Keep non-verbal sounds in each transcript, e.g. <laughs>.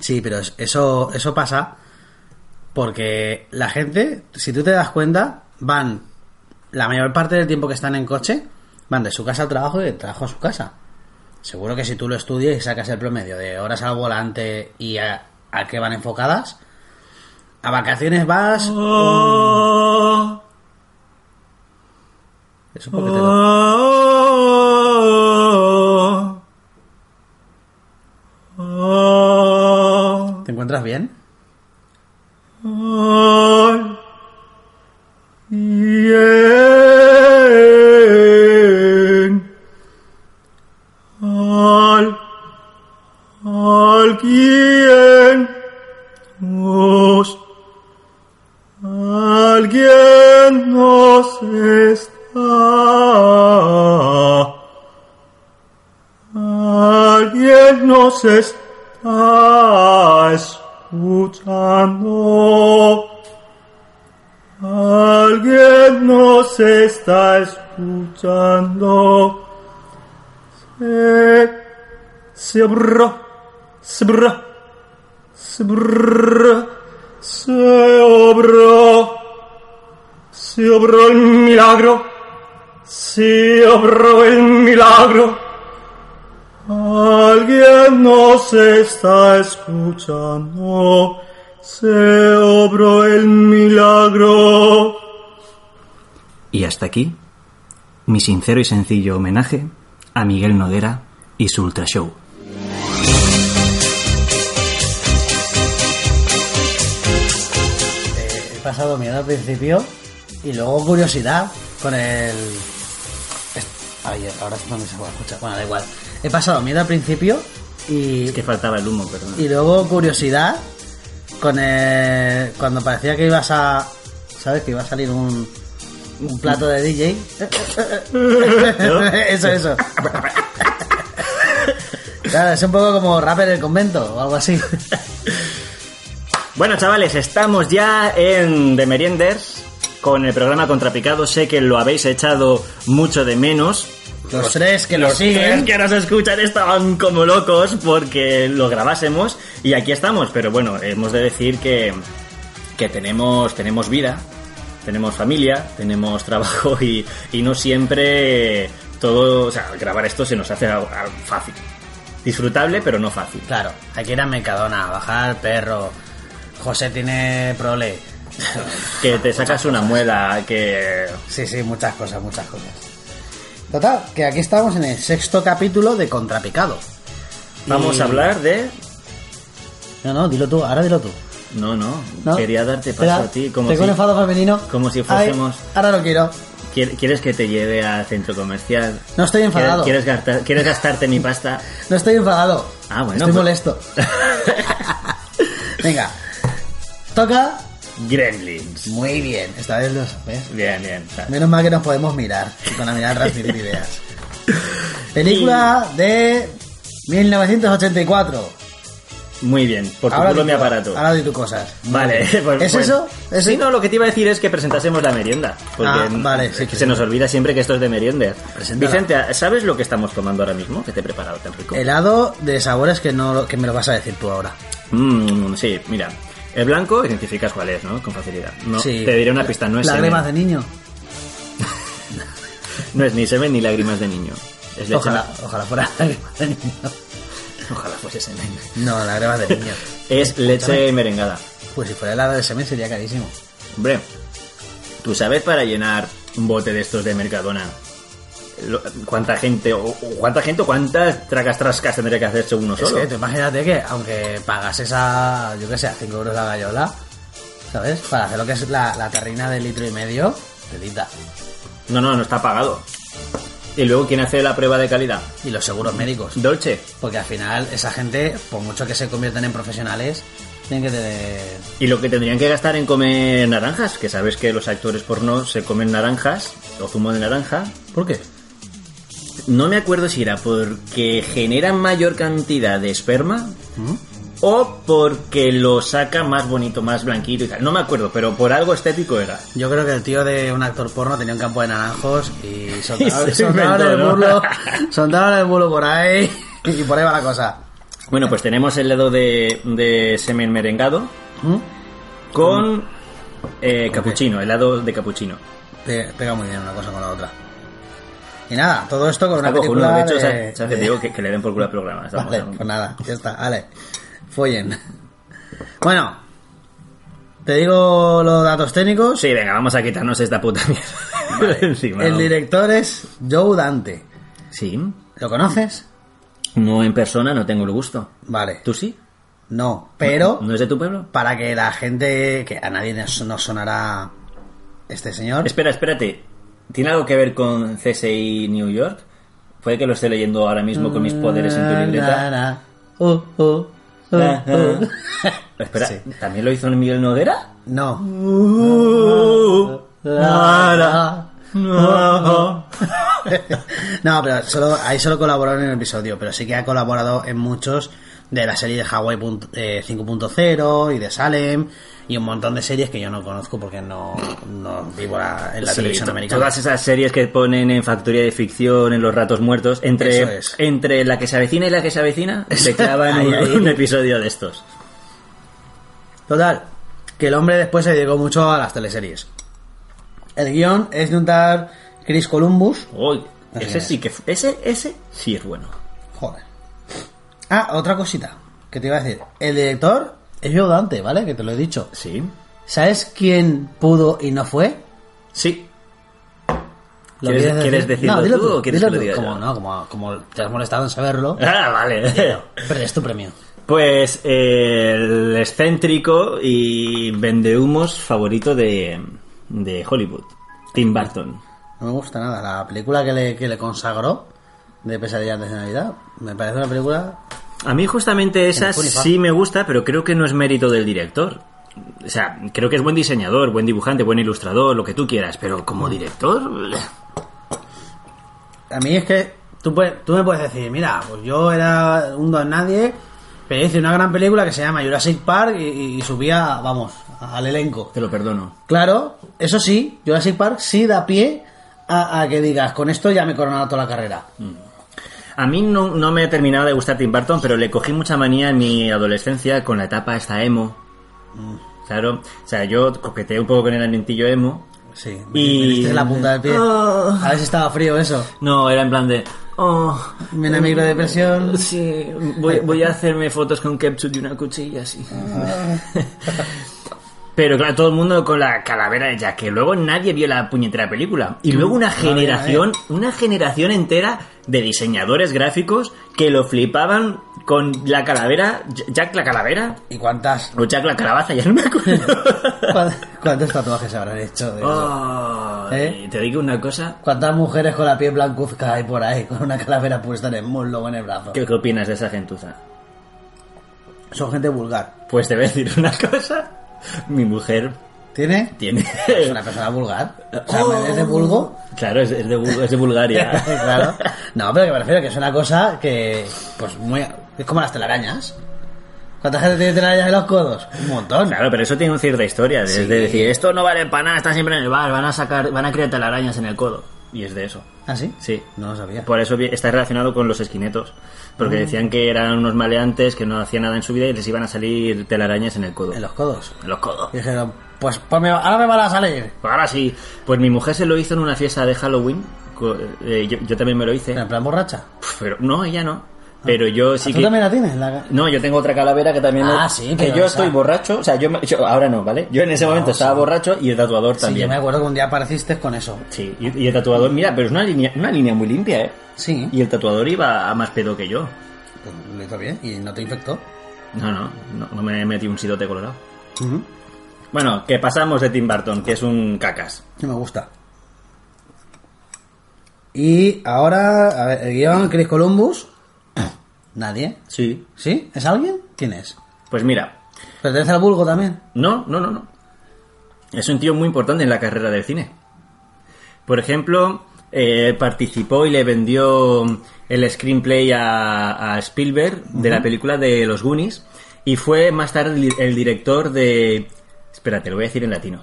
Sí, pero es- eso, eso pasa porque la gente, si tú te das cuenta, van la mayor parte del tiempo que están en coche, van de su casa al trabajo y del trabajo a su casa. Seguro que si tú lo estudias y sacas el promedio de horas al volante y a, a qué van enfocadas, a vacaciones vas... Oh. Eso porque te lo- ¿Te encuentras bien? Alguien nos, alguien nos está, alguien nos está escuchando, alguien nos está escuchando. Se, se abrió. Sbr, sbr, se obró, se obró el milagro, se obró el milagro. Alguien nos está escuchando, se obró el milagro. Y hasta aquí, mi sincero y sencillo homenaje a Miguel Noguera y su Ultra Show. Eh, he pasado miedo al principio y luego curiosidad con el. es- Ay, ahora no me se puede escuchar. Bueno, da igual. He pasado miedo al principio y, Que faltaba el humo, perdón. y luego curiosidad con el. Cuando parecía que ibas a. ¿Sabes? Que iba a salir un. Un plato de DJ. <laughs> eso, eso. Claro, es un poco como rap en el convento o algo así. Bueno, chavales, estamos ya en The Merienders con el programa Contrapicado. Sé que lo habéis echado mucho de menos. Los tres que lo Los tres siguen. que nos escuchan estaban como locos porque lo grabásemos y aquí estamos. Pero bueno, hemos de decir que, que tenemos, tenemos vida, tenemos familia, tenemos trabajo y, y no siempre todo, o sea, grabar esto se nos hace algo- algo fácil. Disfrutable, pero no fácil. Claro, hay que ir a Mercadona, bajar perro. José tiene prole. Que te sacas una muela, que Sí, sí, muchas cosas, muchas cosas. Total, que aquí estamos en el sexto capítulo de Contrapicado. Vamos Y- a hablar de. No, no, dilo tú, ahora dilo tú. No, no, ¿no? Quería darte paso Espera, a ti. Como tengo si... un enfado femenino. como si Ay, fuésemos- ahora lo quiero. ¿Quier- ¿Quieres que te lleve al centro comercial? No estoy enfadado. ¿Quieres, quieres gastar- quieres gastarte mi pasta? No estoy enfadado. Ah, bueno, Estoy pues- <laughs> molesto. Venga. Toca. Gremlins. Muy bien. Esta vez lo sabes. Bien, bien. o sea, Menos mal que nos podemos mirar y con la mirada transmitir <laughs> ideas. Película de 1984. Muy bien. Por tu di culo mi tu- aparato. Ahora di tus cosas. Vale, <laughs> ¿Es pues, pues- eso? ¿Es sí, eso? no, lo que te iba a decir es que presentásemos la merienda. Porque Ah, vale, sí, es sí, que se sí. nos olvida siempre que esto es de merienda. Preséntala. Vicente, ¿sabes lo que estamos tomando ahora mismo? Que te he preparado tan rico. Helado de sabores que no lo- que me lo vas a decir tú ahora. Mm, sí, mira. El blanco identificas cuál es, ¿no? Con facilidad. No, Sí. Te diré una pista, no es Lágrimas semen. de niño. No es ni semen ni lágrimas de niño. Es leche. Ojalá, ojalá fuera lágrimas de niño. Ojalá fuese semen. No, lágrimas de niño. Es leche merengada. Pues si fuera helado de semen sería carísimo. Hombre, tú sabes para llenar un bote de estos de Mercadona lo- cuánta gente o, o cuánta gente o cuántas tracas trascas tendría que hacerse uno Es solo. que tú imagínate que aunque pagases a, yo que sé, a 5 euros la gallola, ¿sabes? Para hacer lo que es la, la terrina de litro y medio, telita. No, no, no está pagado. Y luego quién hace la prueba de calidad? Y los seguros médicos. Dolce. Porque al final esa gente, por mucho que se conviertan en profesionales, tienen que tener... Y lo que tendrían que gastar en comer naranjas, que sabes que los actores porno se comen naranjas o zumo de naranja. ¿Por qué? No me acuerdo si era porque generan mayor cantidad de esperma ¿Mm? o porque lo saca más bonito, más blanquito y tal. No me acuerdo, pero por algo estético era. Yo creo que el tío de un actor porno tenía un campo de naranjos y Y soltaron se soltaron inventó, el ¿no? burlo, soltaron el burlo por ahí y por ahí va la cosa. Bueno, pues tenemos el dedo de, de semen merengado ¿Mm? con eh, capuchino, helado de capuchino. Pe- Pega muy bien una cosa con la otra. Y nada, todo esto con Está una cojonudo, película de hecho, de- ¿sabes sabes que de- te digo que, que le den por culo al programa? <laughs> Estamos Vale, en un- pues nada, ya está, vale. Follen. Bueno, te digo los datos técnicos. Sí, venga, vamos a quitarnos esta puta mierda de <laughs> encima. El ¿no? director es Joe Dante. Sí. ¿Lo conoces? No en persona, no tengo el gusto. Vale. ¿Tú sí? No, pero ¿No es de tu pueblo? para que la gente, que a nadie nos, nos sonará este señor. Espera, espérate. ¿Tiene algo que ver con CSI New York? Puede que lo esté leyendo ahora mismo con mis poderes en Mm, tu Na, libreta. na. Uh, uh, uh, uh. Espera, Sí. ¿también lo hizo Miguel Nodera? No. No, <laughs> pero solo, ahí solo colaboró en un episodio, pero sí que ha colaborado en muchos de la serie de Hawaii punt- eh, 5.0 y de Salem y un montón de series que yo no conozco porque no, no vivo la- en la Sí, televisión to- americana. Todas esas series que ponen en Factoría de Ficción, en Los Ratos Muertos, Eso entre, es. entre la que se avecina y la que se <laughs> avecina, se clavan Ahí, un, ahí. un episodio de estos. Total, que el hombre después se dedicó mucho a las teleseries. El guión es de un tal Chris Columbus. Uy, Así ese es. sí que... fu- Ese, ese sí es bueno. Joder. Ah, otra cosita que te iba a decir. El director es Joe Dante, ¿vale? Que te lo he dicho. Sí. ¿Sabes quién pudo y no fue? Sí. <laughs> ¿Lo ¿Quieres- quieres decirlo no, dilo tú o quieres dilo que lo tú. diga yo? Como, no, como, como te has molestado en <laughs> saberlo, Ah, vale. perdes tu premio. Pues eh, el excéntrico y vendehumos favorito de, de Hollywood, Tim Burton. No me gusta nada. La película que le, que le consagró de Pesadillas de Navidad me parece una película... A mí justamente esa Funny Farm. sí me gusta, pero creo que no es mérito del director. O sea, creo que es buen diseñador, buen dibujante, buen ilustrador, lo que tú quieras, pero como director... A mí es que tú, puedes- tú me puedes decir, mira, pues yo era un don nadie, pero hice una gran película que se llama Jurassic Park y, y subía, vamos, al elenco. Te lo perdono. Claro, eso sí, Jurassic Park sí da pie a, a que digas, con esto ya me he coronado toda la carrera. A mí no, no me terminaba de gustar Tim Burton, pero le cogí mucha manía en mi adolescencia con la etapa esta emo. Mm. Claro, o sea, yo coqueteé un poco con el ambientillo emo. Sí, Y- y... la punta del pie. Ah. A ver si estaba frío eso. No, era en plan de... Oh, Una microdepresión. Sí, voy, voy a hacerme fotos con ketchup y una cuchilla, sí. <laughs> Pero claro, todo el mundo con la calavera de Jack, que luego nadie vio la puñetera película. Y luego una Madre mía, generación, una generación entera de diseñadores gráficos que lo flipaban con la calavera, Jack la calavera, ¿Y cuántas, o Jack la calabaza, ya no me acuerdo. cuán- cuántos tatuajes habrán hecho? de <laughs> eso? Oh, ¿Eh? y Te digo una cosa, ¿Cuántas mujeres con la piel blancuzca hay por ahí, con una calavera puesta en el muslo o en el brazo? ¿qué, qué opinas de esa gentuza? Son gente vulgar. Pues te voy a decir una cosa, mi mujer ¿Tiene? tiene... Es una persona vulgar. O sea, ¿Es de vulgo? Claro, es, es de, Bul- es <laughs> de <laughs> Bulgaria. claro. No, pero que me refiero que es una cosa que, pues, muy. Es como las telarañas. ¿Cuánta gente tiene telarañas en los codos? Un montón. Claro, pero eso tiene una cierta historia. Es de decir, esto no vale para nada, está siempre en el bar, van a sacar, van a crear telarañas en el codo. Y es de eso. ¿Ah, sí? Sí. No lo sabía. Por eso vi- está relacionado con los esquinetos. Mm. Porque decían que eran unos maleantes que no hacían nada en su vida y les iban a salir telarañas en el codo. En los codos. En los codos. Y dijeron, pues, pues me- ahora me van a salir. Ahora sí. Pues mi mujer se lo hizo en una fiesta de Halloween. co- eh, yo, yo también me lo hice. En plan borracha. Uf, Pero no, ella no. Pero yo sí Ah. ¿Tú que. también la tienes? La... No, yo tengo otra calavera que también... Ah, sí, Que pero yo esa- Ah, estoy borracho, o sea, yo, me- yo- ahora no, ¿vale? Yo en ese momento estaba borracho y el tatuador Sí, yo también. me acuerdo que un día apareciste con eso. Sí, y, y el tatuador, mira, pero es una línea, una línea muy limpia, ¿eh? Sí. Y el tatuador iba a más pedo que yo. Pues lo hizo bien y no te infectó. No, no, no, no me metí un sidote colorado. Bueno, que pasamos de Tim Burton, que es un cacas. No me gusta. Y ahora, a ver, el guión Chris Columbus. <coughs> Nadie. Sí. ¿Sí? ¿Es alguien? ¿Quién es? Pues mira, ¿Pertenece al vulgo también? No, no, no, no. Es un tío muy importante en la carrera del cine. Por ejemplo, eh, participó y le vendió el screenplay a, a Spielberg de la película de Los Goonies y fue más tarde el- el director de... Espérate, lo voy a decir en latino.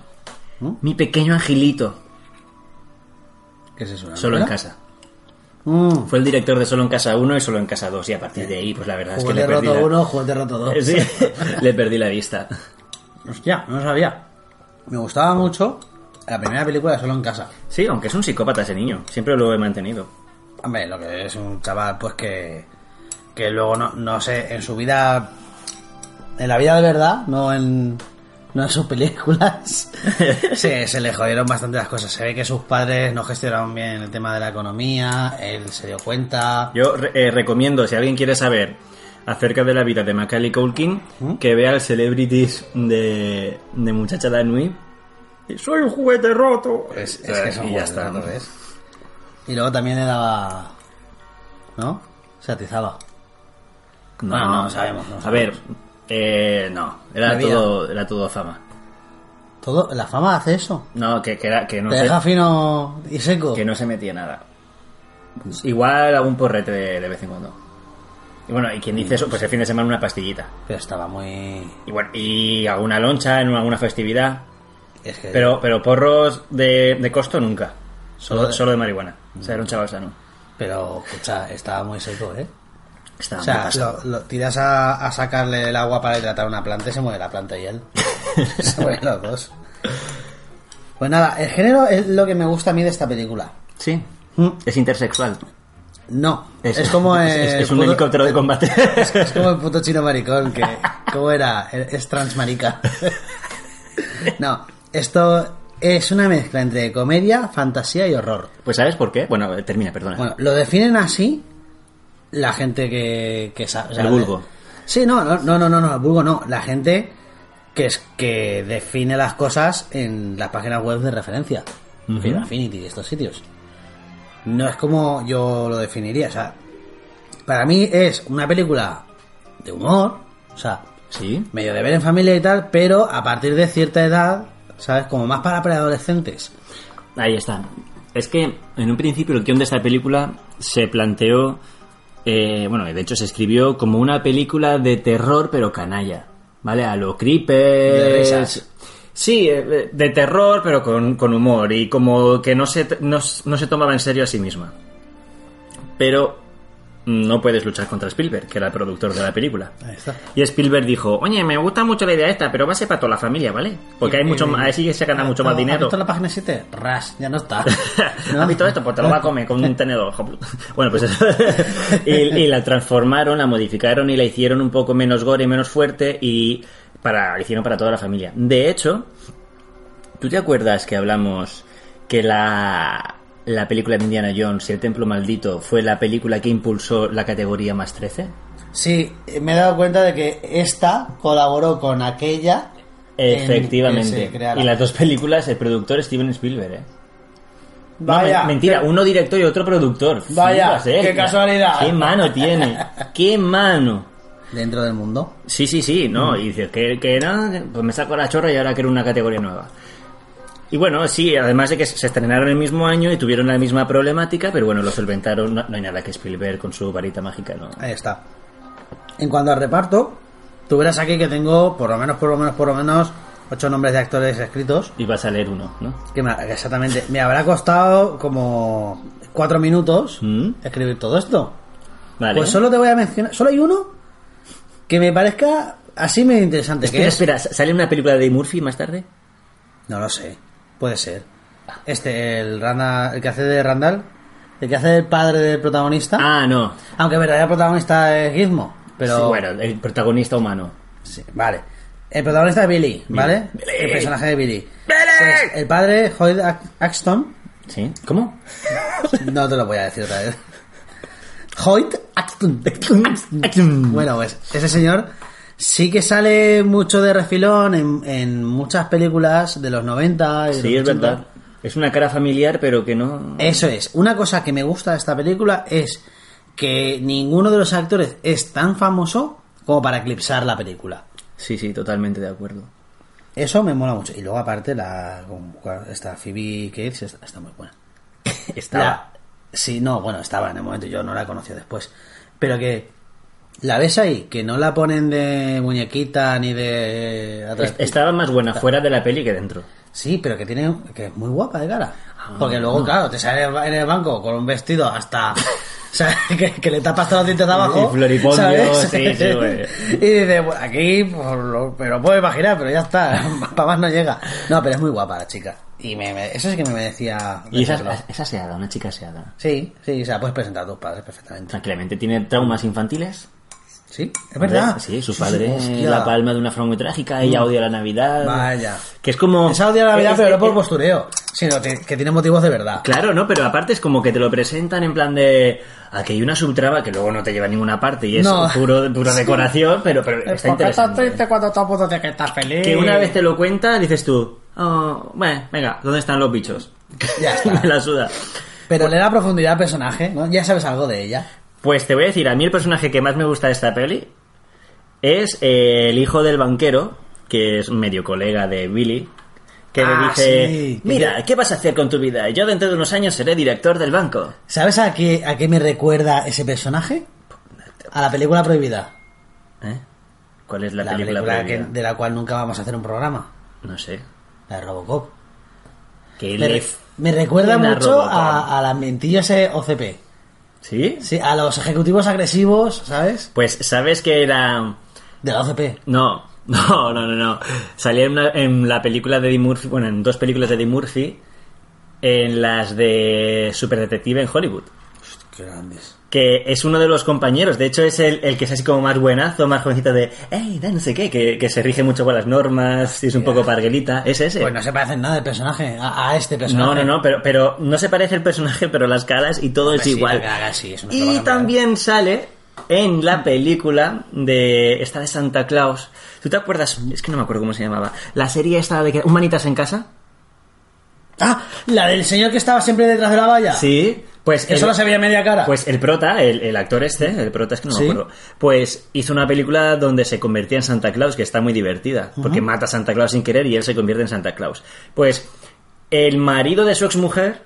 Mi pequeño angelito, ¿Qué es eso? una ¿Ah, solo en novela? casa. Mm. Fue el director de Solo en Casa 1 y Solo en Casa 2 y a partir de ahí, pues la verdad es que Juguete le perdí, roto la... uno, juguete roto dos. <laughs> <laughs> Sí, le perdí la vista. Hostia, no lo sabía. Me gustaba mucho la primera película de Solo en Casa. Sí, aunque es un psicópata ese niño, siempre lo he mantenido. Hombre, lo que es un chaval, pues que. que luego no, no sé, en su vida. en la vida de verdad, no en. no en sus películas. <laughs> se, se le jodieron bastante las cosas. Se ve que sus padres no gestionaron bien el tema de la economía, él se dio cuenta. Yo re- eh, recomiendo, si alguien quiere saber acerca de la vida de Macaulay Culkin, ¿Mm? que vea el Celebrities de, de Muchacha Danui. Y soy un juguete roto. Es, es que son y ya está. ¿no? ¿ves? Y luego también le daba. ¿No? Se atizaba. No, Bueno, no, Ah, no, sabemos, no A ver, eh, no, era Bebida. todo, era todo fama. Todo, la fama hace eso. No, que, que, era- que no Te se, deja fino y seco. que no se metía nada. Mm. Igual algún porrete de, de vez en cuando. Y bueno, y quien Mm. dice eso, pues el fin de semana una pastillita. Pero estaba muy. Y bueno, y alguna loncha en alguna festividad. Es que Pero, pero porros de, de costo nunca. Solo, Joder. solo de marihuana. O sea, era un chaval sano. Pero, escucha, estaba muy seco, ¿eh? Estaba o muy sea, pasado. lo, lo tiras a, a sacarle el agua para hidratar una planta y se muere la planta y él. <laughs> <laughs> se mueren los dos. Pues nada, el género es lo que me gusta a mí de esta película. Sí. Mm. Es intersexual. No, es, como el <laughs> es, es un puto- helicóptero de combate. Es como el puto chino maricón que... ¿Cómo era? Es transmarica. No, esto es una mezcla entre comedia, fantasía y horror. <laughs> pues ¿sabes por qué? Bueno, termina, perdona. Bueno, lo definen así la gente que, que sabe. El vulgo. Sí, no, no, no, no, no, no, el vulgo no. La gente que es que define las cosas en las páginas web de referencia. Ujú. Film Affinity y estos sitios. No es como yo lo definiría. O sea, para mí es una película de humor, o sea, sí. medio de ver en familia y tal, pero a partir de cierta edad, ¿sabes? Como más para preadolescentes. Ahí está. Es que en un principio el guión de esta película se planteó, eh, bueno, de hecho se escribió como una película de terror pero canalla, ¿vale? A lo De creepers. risas. Sí, eh, de terror pero con, con humor y como que no se, no, s- no se tomaba en serio a sí misma. Pero no puedes luchar contra Spielberg, que era el productor de la película. Ahí está. Y Spielberg dijo, oye, me gusta mucho la idea esta, pero va a ser para toda la familia, ¿vale? Porque hay eh, mucho más, así que se gana mucho más ¿Has dinero. visto la página 7? Ras, ya no <laughs> está. ¿Has visto esto? Pues te lo va a comer con un tenedor. hijo puta. <laughs> Bueno, pues eso. y, y la transformaron, la modificaron y la hicieron un poco menos gore, menos fuerte y para, la hicieron para toda la familia. De hecho, ¿tú te acuerdas que hablamos que la, la película de Indiana Jones y el Templo Maldito fue la película que impulsó la categoría más 13? Sí, eh, me he dado cuenta de que esta colaboró con aquella. en que Efectivamente. se creara. y las dos películas, el productor es Steven Spielberg, ¿eh? No, Vaya, men- mentira, que- uno director y otro productor. Vaya, Flipas, ¿eh? qué casualidad. Qué mano tiene. <laughs> Qué mano. Dentro del mundo. Sí, sí, sí, Mm. no. Y dices que, que no, que- pues me saco la chorra y ahora quiero una categoría nueva. Y bueno, sí, además de que se estrenaron el mismo año y tuvieron la misma problemática, pero bueno, lo solventaron. No, no hay nada que Spielberg con su varita mágica, ¿no? Ahí está. En cuanto al reparto, tú verás aquí que tengo por lo menos, por lo menos, por lo menos, ocho nombres de actores escritos. Y vas a leer uno, ¿no? Que me- exactamente, me habrá costado como cuatro minutos Mm. escribir todo esto. Vale. Pues solo te voy a mencionar, solo hay uno que me parezca así medio interesante. espera, que es- espera, ¿sale una película de Murphy más tarde? No lo sé. Puede ser. Este, el Randa- el que hace de Randall, el que hace del padre del protagonista. Ah, no. Aunque el verdadero protagonista es Gizmo. Pero. Sí, bueno, el protagonista humano. Sí, vale. El protagonista es Billy, ¿vale? Billy. El personaje de Billy. Pues, el padre, Hoyt Ac- Axton. ¿Sí? <laughs> ¿Cómo? No te lo voy a decir otra vez. <laughs> Hoyt Axton. Mm. Bueno, pues ese señor sí que sale mucho de refilón en, en muchas películas de los 90 y de Sí, los es 80. verdad. Es una cara familiar, pero que no. Eso es. Una cosa que me gusta de esta película es que ninguno de los actores es tan famoso como para eclipsar la película. Sí, sí, totalmente de acuerdo. Eso me mola mucho. Y luego, aparte, la con- esta Phoebe Cates está, está muy buena. Estaba. La- sí, no, bueno, estaba en el momento. Yo no la conocí después. Pero que la ves ahí, que no la ponen de muñequita ni de... Est- Estaba más buena fuera de la peli que dentro. Sí, pero que tiene... que es muy guapa de cara. Ah. Porque luego, claro, te sale en el banco con un vestido hasta. <laughs> ¿sabes? Que, que le tapas todos los dientes de abajo. Y floripondio, ¿sabes? <laughs> sí, sí, güey. Y dices, bueno, aquí, pues, lo- pero puedo imaginar, pero ya está. <laughs> Para más no llega. No, pero es muy guapa la chica. Y me, me- eso sí que me merecía. Y decirlo. esa, esa seada, una chica seada. Sí, sí, o sea, puedes presentar a tus padres perfectamente. Tranquilamente tiene traumas infantiles. Sí, es verdad. Sí, su sí, padre hostia. Mm. la palma de una forma muy trágica. Ella odia la Navidad. Vaya. Que es como. Esa odia la vida, Eh, es- pero no es- por postureo, sino que, que tiene motivos de verdad. Claro, no, pero aparte es como que te lo presentan en plan de. Aquí hay una subtrama que luego no te lleva a ninguna parte y es No. puro, <laughs> pura decoración, pero, pero está interesante. cuando todo el mundo te que estás feliz. Que una vez te lo cuenta, dices tú, "Oh, bueno, venga, ¿dónde están los bichos? <laughs> <laughs> Ya está. <laughs> Me la suda. Pero le da profundidad al personaje, ¿no? Ya sabes algo de ella. Pues te voy a decir, a mí el personaje que más me gusta de esta peli es eh, el hijo del banquero, que es medio colega de Billy, que le Ah, dice, sí. mira, ¿qué vas a hacer con tu vida? Yo dentro de unos años seré director del banco. ¿Sabes a qué, a qué me recuerda ese personaje? A la película prohibida. ¿Eh? ¿Cuál es la, película, que- prohibida? de la cual nunca vamos a hacer un programa. No sé. La de Robocop. Me, Que le- re- me recuerda Una mucho Robocop. a, a las mentillas eh, OCP. ¿Sí? Sí, a los ejecutivos agresivos, ¿sabes? Pues sabes que era... De la OCP. No, <laughs> no, no, no, no. Salía en, una- en la película de Eddie Murphy, bueno, en dos películas de Eddie Murphy, en las de Super Detective en Hollywood. Qué grandes. Que es uno de los compañeros, de hecho es el, el que es así como más buenazo, más jovencito de, hey, da no sé qué, que, que se rige mucho por las normas, y es un poco parguelita, es ese. Pues no se parecen nada del personaje, a, a este no, personaje. no, no, pero, pero no se parece el personaje, pero las caras y todo Pues es sí, igual. la cara sí, eso no se va a y cambiar. también sale en la película de esta de Santa Claus. ¿Tú te acuerdas? Es que no me acuerdo cómo se llamaba. La serie esta de que Humanitas en casa. Ah, la del señor que estaba siempre detrás de la valla. Sí. Pues Eso el- no se veía media cara. Pues el prota, el, el actor este, el prota es que no Sí. me acuerdo, pues hizo una película donde se convertía en Santa Claus, que está muy divertida, porque mata a Santa Claus sin querer y él se convierte en Santa Claus. Pues el marido de su exmujer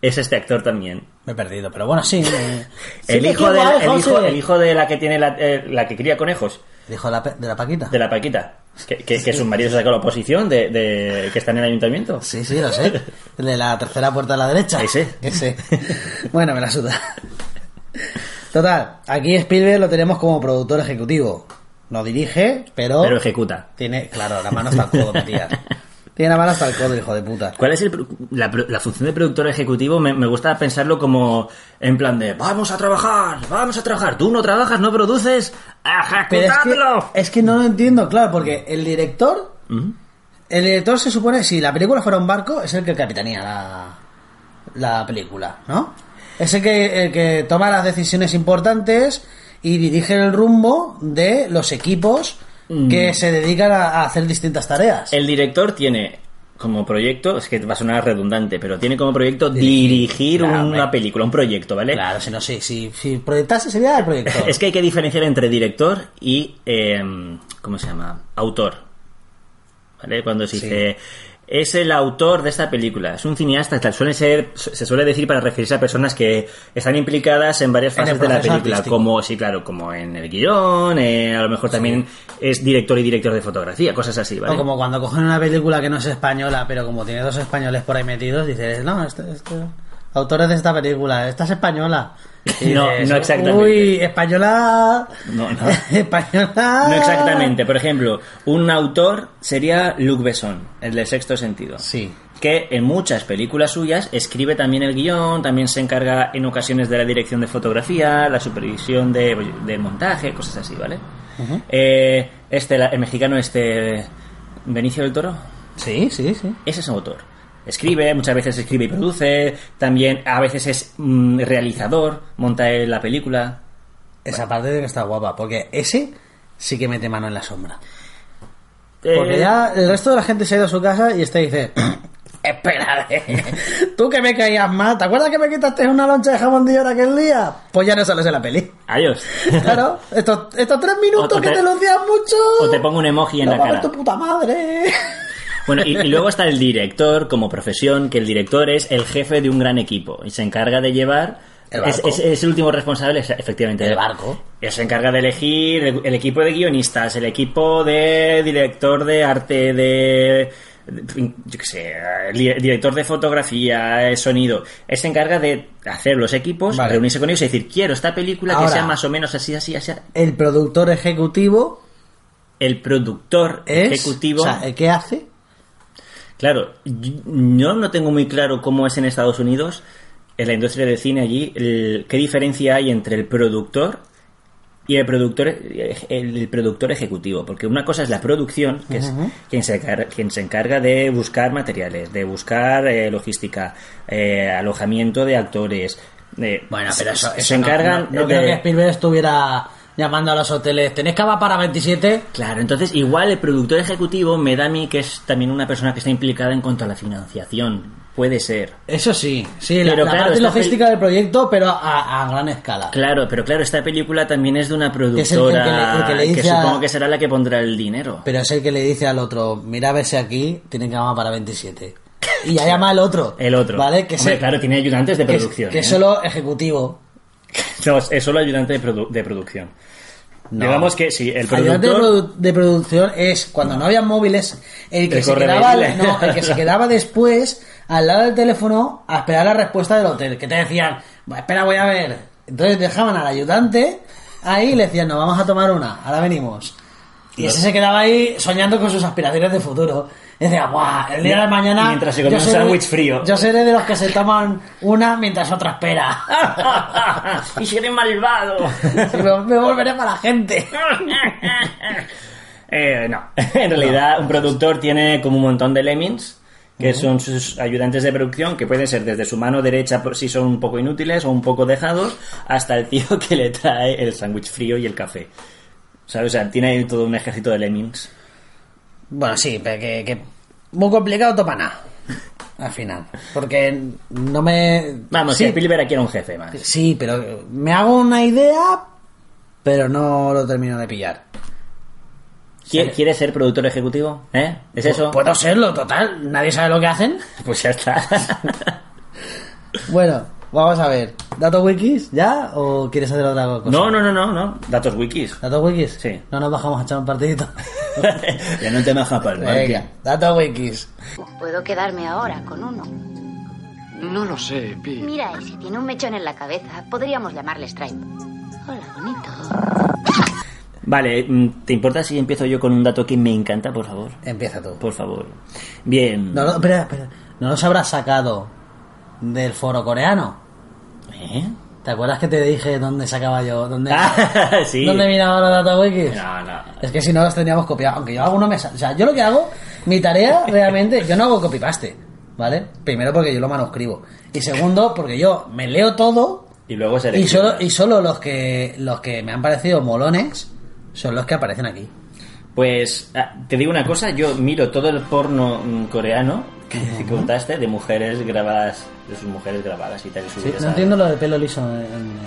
es este actor también. Me he perdido, pero bueno, <laughs> sí. eh, sí, El qué hijo, de la, guay, el, hijo, José. el hijo de la que tiene la, eh, la que cría conejos, El hijo de la, pe- de la Paquita. de la Paquita, que, que, que su marido se sacó la oposición de, de- que está en el ayuntamiento. Sí, sí, <laughs> lo sé. El de la tercera puerta a la derecha. Ese. Ese. <laughs> Bueno, me la suda. Total, aquí Spielberg lo tenemos como productor ejecutivo. No dirige, pero... Pero ejecuta. tiene, claro, la mano hasta el codo, metías. Tiene la mano hasta el codo, hijo de puta. ¿Cuál es el pro- la, pro- la función de productor ejecutivo? Me, me gusta pensarlo como en plan de vamos a trabajar, vamos a trabajar. Tú no trabajas, no produces, Pero es ejecutadlo. que, es que no lo entiendo, claro, porque el director... Ujú. El director se supone, si la película fuera un barco, es el que capitanea la, la película, ¿no? Es el que, el que toma las decisiones importantes y dirige el rumbo de los equipos que se dedican a, a hacer distintas tareas. Mm. El director tiene como proyecto, es que va a sonar redundante, pero tiene como proyecto dirigir Claro, una Ah, hombre. película, un proyecto, ¿vale? Claro, si no, sí, si, si proyectase sería el proyector. <laughs> Es que hay que diferenciar entre director y, em, ¿cómo se llama? Autor. ¿Vale? Cuando se Sí. dice, es el autor de esta película. Es un cineasta, tal. Suele ser, se suele decir para referirse a personas que están implicadas en varias En el fases de la proceso película. artístico. Como, sí, claro, como en el guión, eh, a lo mejor también es director y director de fotografía, cosas así, ¿vale? O como cuando cogen una película que no es española, pero como tiene dos españoles por ahí metidos, dices, no, este, este autores de esta película, esta es española. Y <laughs> No, dices, no exactamente. Uy, española. No, no. <laughs> española. No exactamente. Por ejemplo, un autor sería Luc Besson, el de Sexto Sentido. Sí. que en muchas películas suyas escribe también el guión, también se encarga en ocasiones de la dirección de fotografía, la supervisión de, del montaje, cosas así, ¿vale? Eh, este, la- el mexicano este, Benicio del Toro, Sí, sí, sí. ese es autor. Escribe, muchas veces escribe y produce, también a veces es mm, realizador, monta él la película. Esa parte de que está guapa, porque ese sí que mete mano en la sombra. Eh, Porque ya el resto de la gente se ha ido a su casa y este dice... <clears throat> Espérate, <laughs> tú que me caías mal, ¿te acuerdas que me quitaste una loncha de jamón de york aquel día? Pues ya no sales en la <laughs> peli. Adiós. Claro, estos, estos tres O- minutos o que te- te, lucías mucho. O te pongo un emoji en no la va a ver cara. tu puta madre. Bueno, y, y luego está el director como profesión, que el director es el jefe de un gran equipo y se encarga de llevar... El es, barco. es- es el último responsable, es- efectivamente. El barco. Él se encarga de elegir el, el equipo de guionistas, el equipo de director de arte, de yo qué sé, li- director de fotografía, eh, sonido, él se encarga de hacer los equipos, Vale. reunirse con ellos y decir, quiero esta película Ahora. que sea más o menos así, así, así. El productor ejecutivo El productor es. ejecutivo. O sea, ¿el ¿qué hace? Claro, y- yo no tengo muy claro cómo es en Estados Unidos, en la industria del cine allí, el- qué diferencia hay entre el productor y el productor, el, el productor ejecutivo. Porque una cosa es la producción, que es quien se, encar- quien se encarga de buscar materiales, de buscar eh, logística, eh, alojamiento de actores. eh, Bueno, se- pero eso, se eso no- encargan No, no de- creo que Spielberg estuviera llamando a los hoteles. ¿Tenéis cava para 27? Claro, entonces igual el productor ejecutivo me da a mí que es también una persona que está implicada en cuanto a la financiación. Puede ser. Eso sí, sí, la, Pero la claro, parte esta logística del proyecto, pero a, a gran escala. Claro, pero claro, esta película también es de una es el que le- el que le productora que, dice a- supongo que será la que pondrá el dinero. Pero es el que le dice al otro, mira, verse aquí, tienen cama para <laughs> 27. Y ya llama al otro. El otro. ¿Vale? Que, Hombre, se- claro, tiene ayudantes de que- producción. que ¿eh? solo ejecutivo. No, es es solo ayudante de, produ- de producción. No. Digamos que sí, el Ayudante de, <laughs> productor... produ- de producción es cuando no, había móviles, el que, El se corre quedaba, mail. no, el que <laughs> se quedaba después al lado del teléfono a esperar la respuesta del hotel, que te decían, "Va, espera, voy a ver. Entonces dejaban al ayudante ahí y le decían, nos vamos a tomar una, ahora venimos. Y ese se quedaba ahí soñando con sus aspiraciones de futuro. Y decía, guau, el día de la mañana. Mientras se comía yo un seré- sándwich frío". Yo seré de los que se toman una mientras otra <laughs> <laughs> espera. ¡Ah! ¡Y seré malvado! <laughs> Y me, me volveré para la <laughs> gente. Eh, no, en realidad un productor tiene como un montón de lemmings, que son sus ayudantes de producción, que pueden ser desde su mano derecha por si son un poco inútiles o un poco dejados, hasta el tío que le trae el sándwich frío y el café. ¿Sabes? O sea, tiene ahí todo un ejército de lemmings. Bueno, sí, pero que, que muy complicado topa nada. Al final. Porque no me. Vamos, sí. sí, Spielberg aquí era un jefe más. sí, pero me hago una idea, pero no lo termino de pillar. ¿Qui- ¿Quieres ser productor ejecutivo? ¿Eh? ¿Es eso? Puedo serlo, total. Nadie sabe lo que hacen. Pues ya <laughs> está. Bueno, vamos a ver. ¿Datos wikis ya o quieres hacer otra cosa? no, no, no, no, no. Datos <laughs> wikis. ¿Datos wikis? Sí. No nos bajamos a echar un <laughs> partidito. ya no te baja para el Venga, datos wikis. Pues Puedo quedarme ahora con uno. No lo sé, Pete. Mira ese, tiene un mechón en la cabeza. Podríamos llamarle Stripe. Hola, bonito. Vale, mm, ¿te importa si empiezo yo con un dato que me encanta, por favor? Empieza tú. Por favor. Bien. No, lo- espera, espera. ¿No los habrás sacado del foro coreano? ¿Eh? ¿Te acuerdas que te dije dónde sacaba yo? ¿Dónde, <laughs> Ah, <laughs> sí. ¿dónde miraba los datawikis? No, no. Es que si no los teníamos copiados. Aunque yo alguno me... sa- O sea, yo lo que hago, mi <laughs> tarea realmente, yo no hago copy-paste, ¿vale? Primero porque yo lo manuscribo. Y segundo porque yo me leo todo Y luego se y elige. solo, y solo los, que, los que me han parecido molones son los que aparecen aquí. Pues ah, te digo una cosa, yo miro todo el porno mm, coreano que contaste de mujeres grabadas, de sus mujeres grabadas y tal. y Sí, subidas no a- entiendo lo de pelo liso en- en-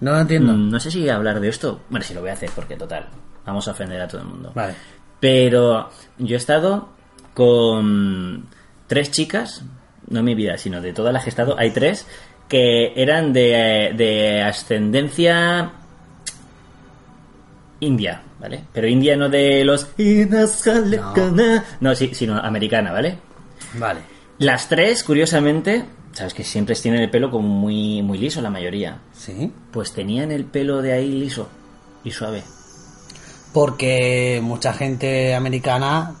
No lo entiendo. Mm, No sé si hablar de esto. Bueno, si lo voy a hacer porque total, vamos a ofender a todo el mundo. Vale. Pero yo he estado con tres chicas, no en mi vida, sino de todas las que he estado, hay tres que eran de, de ascendencia india, ¿vale? Pero india no de los... No, no sí, sino americana, ¿vale? Vale. Las tres, curiosamente, sabes que siempre tienen el pelo como muy, muy liso la mayoría. Sí. Pues tenían el pelo de ahí liso y suave. porque mucha gente americana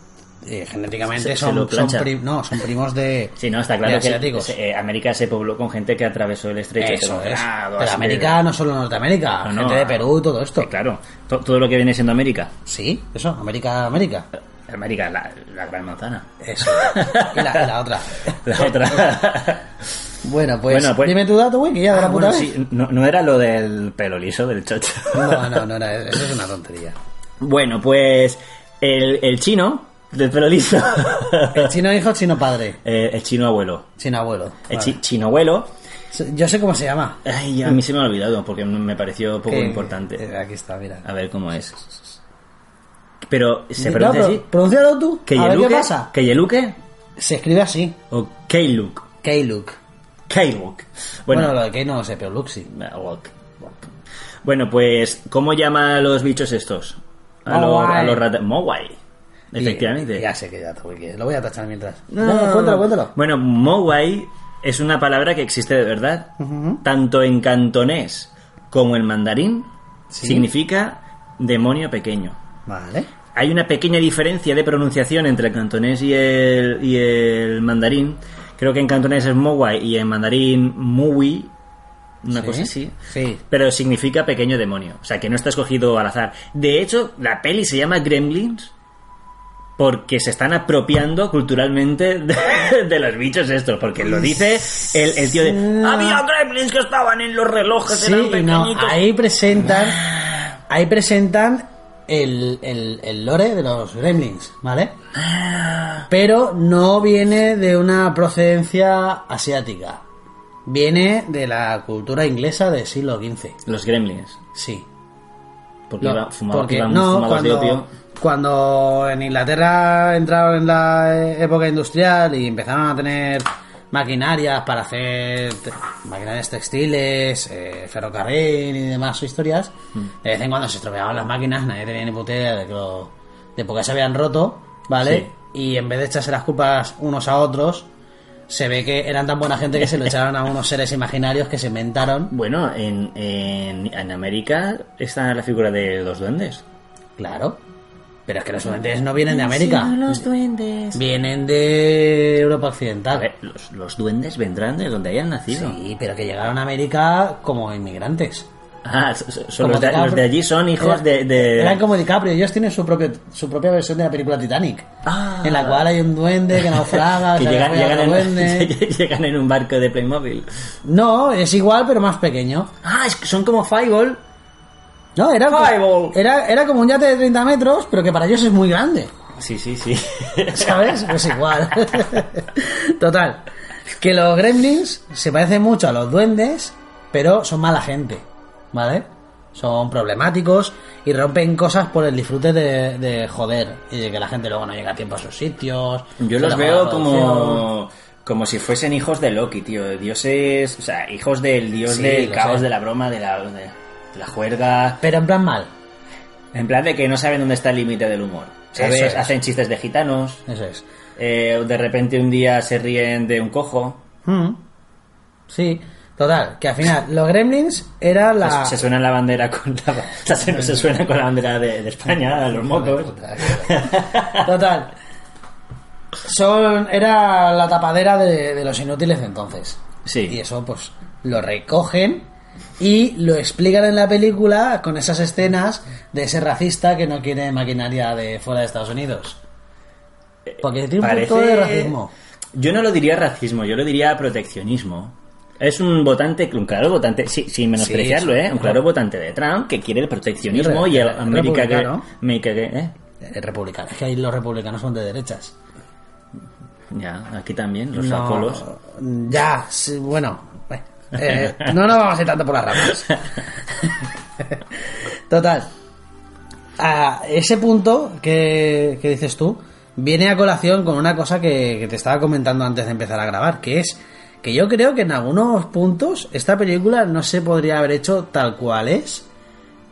eh, genéticamente Se- se son, lo son plancha. pri- no, son primos de <laughs> Sí, no, está claro de que asiáticos. eh, América se pobló con gente que atravesó el estrecho. eso es Telegrado, pero así de- América no solo Norteamérica No, no, gente de ah, Perú todo esto Sí, claro, to- todo lo que viene siendo América. sí eso América América América, la, la gran manzana. <laughs> eso y la, y la otra La otra. bueno pues, Bueno, pues- dime tu dato wiki ya de la Ah, puta <laughs> bueno, vez. sí, no, no era lo del pelo liso, del chocho. <laughs> no no no no, eso es una tontería Bueno, pues el, el chino del pelo liso. <laughs> el chino hijo chino padre Eh, el chino abuelo. chino abuelo Vale. El Eh, chi- chino abuelo. yo sé cómo se llama <laughs> Ay, a mí se me ha olvidado porque me pareció poco Que- importante. eh, aquí está mira A ver cómo es. Pero se No, pronuncia pro- así. pronúncialo tú a ver qué ¿Keyeluke? pasa ¿Keyeluke? se escribe así ¿O Keyluk? K-Look Keyluk. Bueno, Bueno, lo de que no lo sé, pero Luxi. Walk, walk. bueno, pues, ¿cómo llama a los bichos estos? A, los- Mogwai. a los rata- Mogwai. efectivamente. Y- ya sé que ya te voy, que lo voy a tachar mientras. No. No, cuéntalo, cuéntalo. Bueno, Mowai es una palabra que existe de verdad. Tanto en cantonés como en mandarín Sí. significa demonio pequeño. Vale. Hay una pequeña diferencia de pronunciación entre el cantonés y el, y el mandarín. Creo que en cantonés es Mowai y en mandarín Mui, una Sí. cosa así. Sí. Pero significa pequeño demonio. O sea, que no está escogido al azar. De hecho, la peli se llama Gremlins porque se están apropiando culturalmente de, de los bichos estos. Porque lo dice el, el tío de... Había gremlins que estaban en los relojes, Sí, Pues eran y no, pequeñitos". ahí presentan. Ahí presentan el, el- el lore de los gremlins, ¿vale? Pero no viene de una procedencia asiática. Viene de la cultura inglesa del siglo XV. Los gremlins. Sí. Porque Lo- iba- fumaba- porque iban no, fumados de cuando, opio. cuando en Inglaterra entraron en la eh, época industrial y empezaron a tener maquinarias para hacer te- maquinarias textiles, eh, ferrocarril y demás historias, Hmm. de vez en cuando se estropeaban las máquinas, nadie tenía ni puta idea de, que lo- de por qué se habían roto, ¿vale? Y en vez de echarse las culpas unos a otros, se ve que eran tan buena gente que se lo echaron a unos seres imaginarios que se inventaron. Bueno, en, en, en América está la figura de los duendes. Claro. Pero es que los duendes no vienen de América. duendes. Vienen de Europa Occidental. A ver, Eh, los, los duendes vendrán de donde hayan nacido. Sí, pero que llegaron a América como inmigrantes. Ah, so- so- son Como los, de, DiCaprio. los de allí son hijos Era- de... de- Eran como DiCaprio. Ellos tienen su, propio, su propia versión de la película Titanic. Ah. En la cual hay un duende que naufraga. <laughs> que se llegan, agarra llegan otro en, <laughs> duende. llegan en un barco de Playmobil. No, es igual, pero más pequeño. Ah, es que son como Fireball. No, era, Fireball. era, era como un yate de 30 metros, pero que para ellos es muy grande. Sí, sí, <laughs> sí. ¿Sabes? Pues igual. Total. Que los gremlins se parecen mucho a los duendes, pero son mala gente. ¿Vale? Son problemáticos y rompen cosas por el disfrute de, de joder y de que la gente luego no llega a tiempo a sus sitios. Yo se los toma veo la producción. como... Como si fuesen hijos de Loki, tío. Dioses... O sea, hijos del dios Sí, del lo caos, sé. de la broma, de la, de- de la juerga... Pero en plan mal. En plan de que no saben dónde está el límite del humor. ¿Sabes? Eso es. Hacen chistes de gitanos. Eso es. eh, de repente un día se ríen de un cojo. Mm. Sí. Total. Que al final, los gremlins era la... Pues Se suena la bandera con la, <laughs> o sea, se, no se suena con la bandera de, de España, a los mocos. Total. Son, era la tapadera de, de los inútiles de entonces. Sí. Y eso, pues, lo recogen y lo explican en la película con esas escenas de ese racista que no quiere maquinaria de fuera de Estados Unidos. Porque eh, tiene un punto de racismo. Yo no lo diría racismo, yo lo diría proteccionismo. Es un votante, un claro votante, sí, sin menospreciarlo, Sí, ¿eh? Un claro. claro votante de Trump que quiere el proteccionismo Sí, y el re- América que... republicano. América que- ¿eh? Eh, Republicanos. Es que ahí los republicanos son de derechas. Ya, aquí también, los sacolos. Ya, sí, bueno. eh, no nos vamos a ir tanto por las ramas. Total. A ese punto que, que dices tú viene a colación con una cosa que, que te estaba comentando antes de empezar a grabar, que es que yo creo que en algunos puntos esta película no se podría haber hecho tal cual es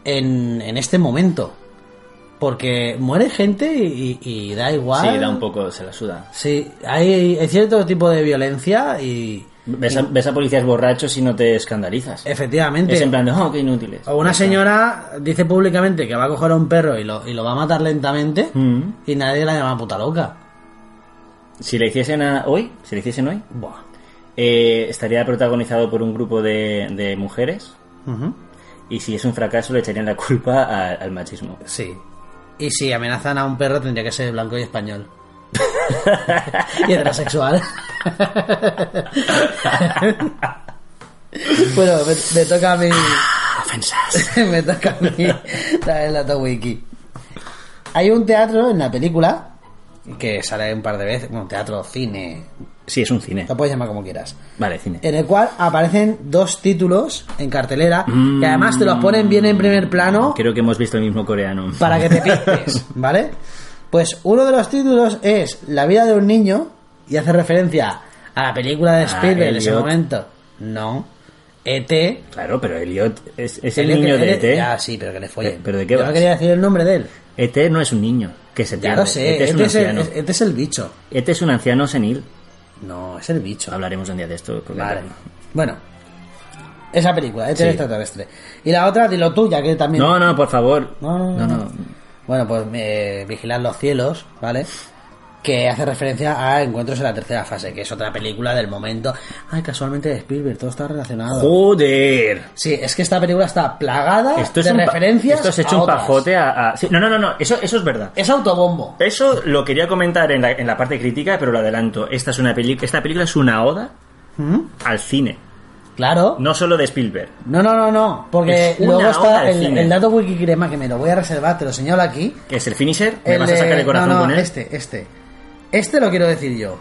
en, en este momento. Porque muere gente y, y- y da igual. Sí, da un poco, se la suda. Sí, hay, hay cierto tipo de violencia y Ves a, ves a policías borrachos y no te escandalizas. efectivamente. Es en plan de, oh, qué inútiles. o una señora dice públicamente que va a coger a un perro y lo, y lo va a matar lentamente Mm. y nadie la llama puta loca. Si le hiciesen a- hoy, si le hiciesen hoy, Buah. eh, estaría protagonizado por un grupo de, de mujeres Ujú. y si es un fracaso le echarían la culpa a- al machismo. Sí. Y si amenazan a un perro tendría que ser blanco y español. <laughs> y heterosexual. <laughs> bueno, me, me toca a mí... <laughs> me toca a mí traer el dato wiki. Hay un teatro en la película que sale un par de veces, bueno, teatro, cine, Sí, es un cine. lo puedes llamar como quieras, Vale, cine. en el cual aparecen dos títulos en cartelera que además te los ponen bien en primer plano Creo que hemos visto el mismo coreano. para que te <laughs> pintes, ¿vale? Pues uno de los títulos es La vida de un niño y hace referencia a la película Ah, de Spielberg en ese Elliot. momento. No. E E.T. Claro, pero Elliot es, es el Elliot niño que- de E ET. Ya, E Ah, sí, pero que le follen. Eh, ¿pero de qué Yo vas? no quería decir el nombre de él. ET E no es un niño, que se Ya entiende. lo sé, ET E es un este es, el, anciano. este es el bicho. ET es un anciano senil. No, es el bicho. Hablaremos un día de esto. porque- Vale. Bueno, esa película, este Sí. extraterrestre. Y la otra, dilo tuya, que también. No, no, por favor. No, no, no. no, no. Bueno, pues eh, Vigilar los cielos, ¿vale? Que hace referencia a Encuentros en la tercera fase, que es otra película del momento. Ay, casualmente de Spielberg, todo está relacionado. Joder. Sí, es que esta película está plagada Esto es Ah, de un pa- referencias. Esto es a hecho un otras. pajote a. a- sí, no, no, no, no. Eso, eso es verdad. Es autobombo. Eso lo quería comentar en la, en la parte crítica, pero lo adelanto. Esta es una película. Esta película es una oda al cine. Claro. No solo de Spielberg. No, no, no, no. Porque Es una luego oda está de el, cine. el dato wikicrema que me lo voy a reservar, te lo señalo aquí. Que es el finisher. Me El vas a sacar de- el corazón no, no, con él. Este, este. Este lo quiero decir yo.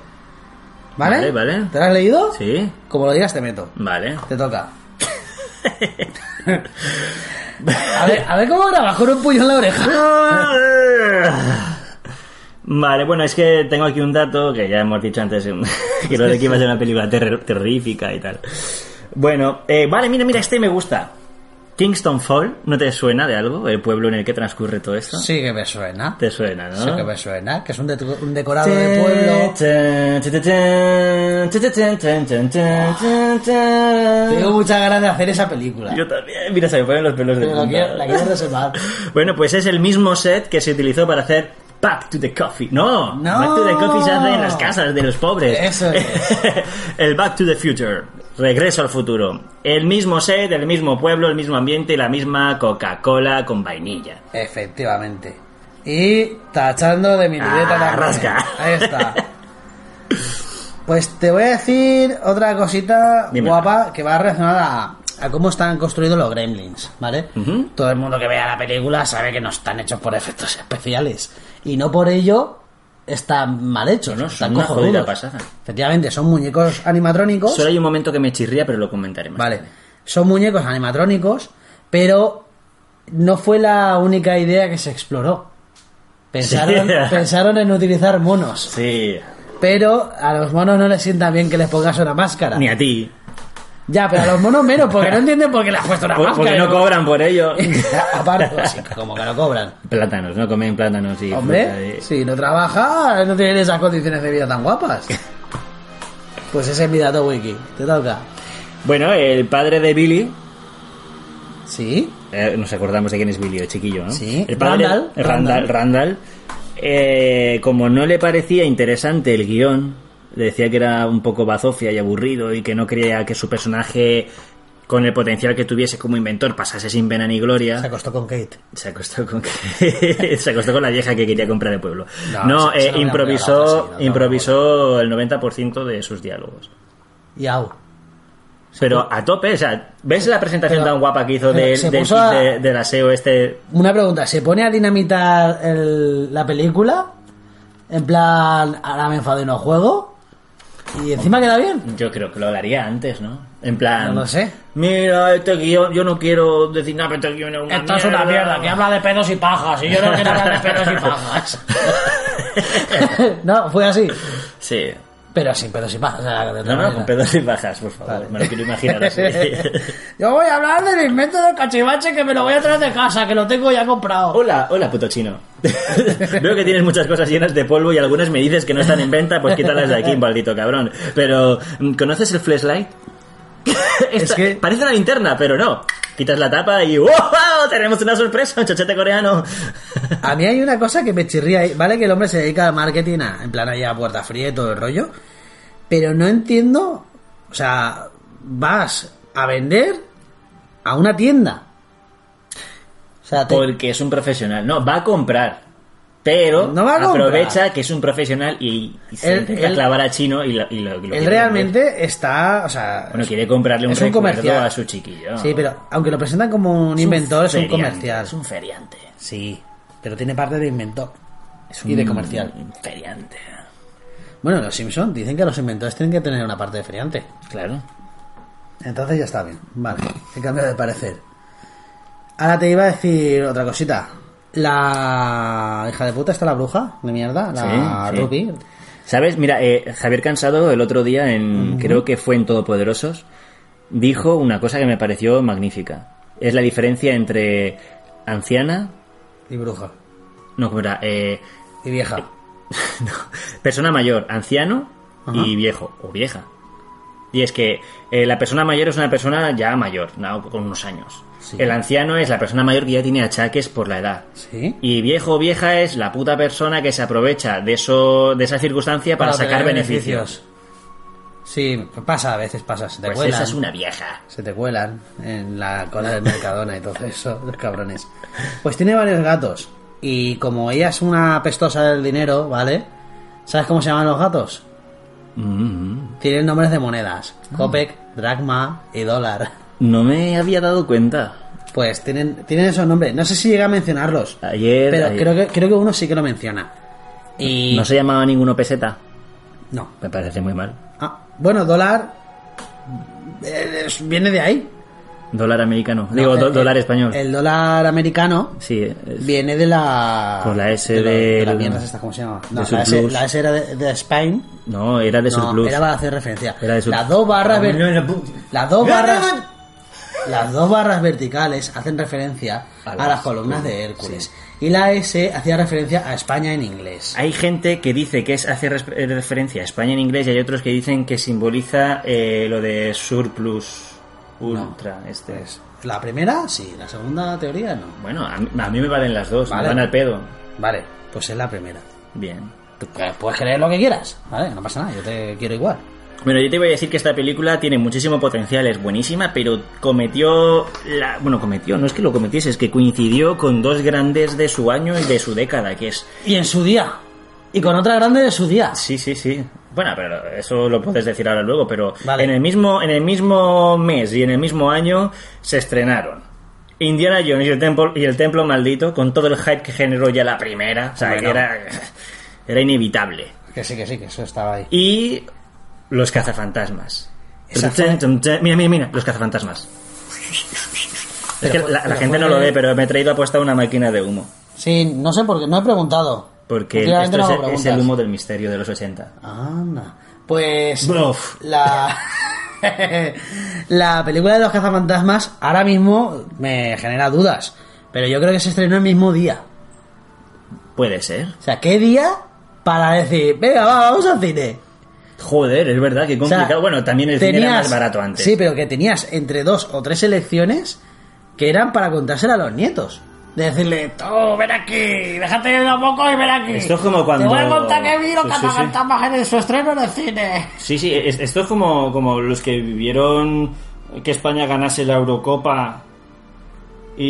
¿Vale? Vale, vale. ¿Te lo has leído? Sí. Como lo digas, te meto. Vale. <laughs> Te toca. a, ver, a ver cómo grabas con un puño en la oreja. Vale, bueno, es que tengo aquí un dato que ya hemos dicho antes <laughs> en- que lo de que iba a ser una película terror- terrorífica y tal. Bueno, eh, vale, mira, mira, este me gusta. Kingston Fall, ¿no te suena de algo? El pueblo en el que transcurre todo esto. Sí que me suena. Te suena, ¿no? Sí que me suena. Que es un, de- un decorado de pueblo. Tengo muchas ganas de hacer esa película. Yo también, mira, se me ponen los pelos de Pero la punta. quiero, la quiero reservar. <laughs> Bueno, pues es el mismo set que se utilizó para hacer Back to the Coffee. No, No. Back to the Coffee se hace en las casas de los pobres. Eso es. <laughs> el Back to the Future, Regreso al Futuro. El mismo set, el mismo pueblo, el mismo ambiente y la misma Coca-Cola con vainilla. Efectivamente. Y tachando de mi libreta Ah, también. rasca. Ahí está. Pues te voy a decir otra cosita Dímela. guapa que va relacionada a, a cómo están construidos los gremlins, ¿vale? Ujú. Todo el mundo que vea la película sabe que no están hechos por efectos especiales. Y no por ello están mal hechos, No, no, están son una cojonudos. jodida pasada. Efectivamente, son muñecos animatrónicos. Solo hay un momento que me chirría, pero lo comentaré más. Vale. Son muñecos animatrónicos, pero no fue la única idea que se exploró. Pensaron, Sí. <laughs> pensaron en utilizar monos, Sí, pero a los monos no les sienta bien que les pongas una máscara. ni a ti. Ya, pero a los monos menos, porque no entienden por qué le has puesto <laughs> una Por- máscara. Porque no cobran por ello. <laughs> <laughs> Aparte, sí, como que no cobran. plátanos, no comen plátanos y fruta Hombre, de- si no trabaja, no tienen esas condiciones de vida tan <laughs> guapas. Pues ese es mi dato wiki. Te toca. Bueno, el padre de Billy, ¿Sí? Eh, nos acordamos de quién es Billy, el chiquillo, ¿no? Sí. El padre, Randall. Randall. Randall. eh, como no le parecía interesante el guión, le decía que era un poco bazofia y aburrido y que no creía que su personaje, con el potencial que tuviese como inventor, pasase sin pena ni Se gloria. acostó con Kate. Se acostó con, <laughs> se acostó con la vieja que quería comprar el pueblo. No, No, esa- esa eh, no me la voy a improvisó, hablar, sí, no, improvisó el 90% de sus diálogos. Y au. Pero a tope, o sea, ¿ves la presentación Pero- tan guapa que hizo pero del, se del puso kit a- de- del aseo este Una pregunta, ¿se pone a dinamitar el- la película? En plan, ahora me enfado y no juego. Y encima queda bien. Yo creo que lo hablaría antes, ¿no? En plan. No lo sé. Mira, este guión, yo no quiero decir nada, pero este guión es una habla de pedos y pajas. Y yo no quiero hablar de pedos <laughs> y pajas. <laughs> no, fue así. Sí. Pero sin pedos y pajas. o sea, de otra No, no, manera. con pedos y bajas, por favor. Vale. Me lo quiero imaginar así. <laughs> yo voy a hablar del invento del cachivache que me lo voy a traer de casa, que lo tengo ya comprado. hola, hola, puto chino. <laughs> Veo que tienes muchas cosas llenas de polvo y algunas me dices que no están en venta, pues quítalas de aquí, maldito cabrón. Pero, mm, ¿conoces el flashlight? <laughs> Esta- que- Parece una linterna, pero no. Quitas la tapa y ¡wow! Tenemos una sorpresa, un chochete coreano. <laughs> A mí hay una cosa que me chirría, ahí, ¿vale? Que el hombre se dedica al marketing, a- en plan ahí a puerta fría y todo el rollo. Pero no entiendo, o sea, vas a vender a una tienda. O sea, te- Porque es un profesional. No, va a comprar. Pero No va a comprar. aprovecha que es un profesional y, y se Él- intenta él- clavar a Chino y lo, y lo- y lo quiere él realmente está, o sea, vender. Bueno, quiere comprarle un es un recuerdo comercial. a su chiquillo. Sí, pero aunque lo presentan como un inventor, es un feriante, comercial. Es un feriante. Sí, pero tiene parte de inventor Es y de un comercial. Feriante. Bueno, los Simpson dicen que los inventores tienen que tener una parte de feriante. Claro. Entonces ya está bien. Vale, he cambiado de parecer. Ahora te iba a decir otra cosita. La hija de puta está la bruja de mierda, la Sí, sí. Ruby. ¿Sabes? Mira, eh, Javier Cansado el otro día, en, creo que fue en Todopoderosos, dijo una cosa que me pareció magnífica. Es la diferencia entre anciana Y bruja. No, ¿cómo era? Eh, <laughs> Y vieja. no, persona mayor, anciano Ajá. y viejo o vieja. Y es que eh, la persona mayor es una persona ya mayor, ¿no? con unos años. Sí. El anciano es la persona mayor que ya tiene achaques por la edad. Sí. Y viejo o vieja es la puta persona que se aprovecha de eso, de esa circunstancia para, sacar obtener beneficios. Sí, pasa, a veces pasa, se te Pues cuelan. esa es una vieja. Se te cuelan en la cola del Mercadona y todo eso, <laughs> los cabrones. Pues tiene varios gatos. Y como ella es una apestosa del dinero, ¿vale? ¿Sabes cómo se llaman los gatos? Mm-hmm. Tienen nombres de monedas. Ah. Copec, dracma y dólar. No me había dado cuenta. Pues tienen, tienen esos nombres. No sé si llega a mencionarlos. Ayer, Pero ayer- creo que, creo que uno sí que lo menciona. Y... no se llamaba ninguno peseta. No. Me parece muy mal. Ah, bueno, dólar... eh, es- viene de ahí. Dólar americano. Digo, do- el- dólar el- español. El dólar americano Sí, eh, es- viene de la. Con la S de, lo- de la del- mierda esta, ¿cómo se llama? No, de la, S, surplus. la S era de, de Spain. no, era de no, surplus. era para hacer referencia. Era de surplus. Las dos barras. ver- Las dos barras. Las dos barras verticales hacen referencia A a, las- las columnas de Hércules. Y la S hacía referencia a España en inglés. Hay gente que dice que es, hace res- eh, referencia a España en inglés y hay otros que dicen que simboliza eh, lo de surplus ultra. este Pues, la primera, sí. La segunda teoría, no. Bueno, a mí, a mí me valen las dos, me Vale. van al pedo. Vale, pues es la primera. Bien. Tú pues, puedes creer lo que quieras, ¿vale? No pasa nada, yo te quiero igual. Bueno, yo te voy a decir que esta película tiene muchísimo potencial, es buenísima, pero cometió la... Bueno, cometió, no es que lo cometiese, es que coincidió con dos grandes de su año y de su década, que es... Y en su día. Y con otra grande de su día. Sí, sí, sí. Bueno, pero eso lo puedes decir ahora luego, pero Vale. en, el mismo, en el mismo mes y en el mismo año se estrenaron. Indiana Jones y el, templo, y el Templo Maldito, con todo el hype que generó ya la primera, o sea, Hombre, que no. era, era inevitable. Que sí, que sí, que eso estaba ahí. Y los cazafantasmas. Esa fue- Tum, tum, tum. Mira, mira, mira, los cazafantasmas. es Pero que fue- la, la pero gente fue no lo de- ve, pero me he traído apuesta una máquina de humo. Sí, no sé por qué, no he preguntado. Porque Últimamente esto es, no el- me es el preguntas. humo del misterio de los 80. Anda. Pues. Bluff. La. <laughs> la película de los cazafantasmas ahora mismo me genera dudas. Pero yo creo que se estrenó el mismo día. Puede ser. O sea, ¿qué día para decir, venga, va, vamos al cine? Joder, es verdad que O sea, complicado. bueno, también el cine era más barato antes. Sí, pero que tenías entre dos o tres elecciones que eran para contársela a los nietos. De decirle, tú, ven aquí, déjate de los mocos y ven aquí. Esto es como Te cuando- voy a contar que vi los Sí, sí, sí. cazafantasmas en su estreno en el cine. Sí, sí, es- esto es como, como los que vivieron que España ganase la Eurocopa y,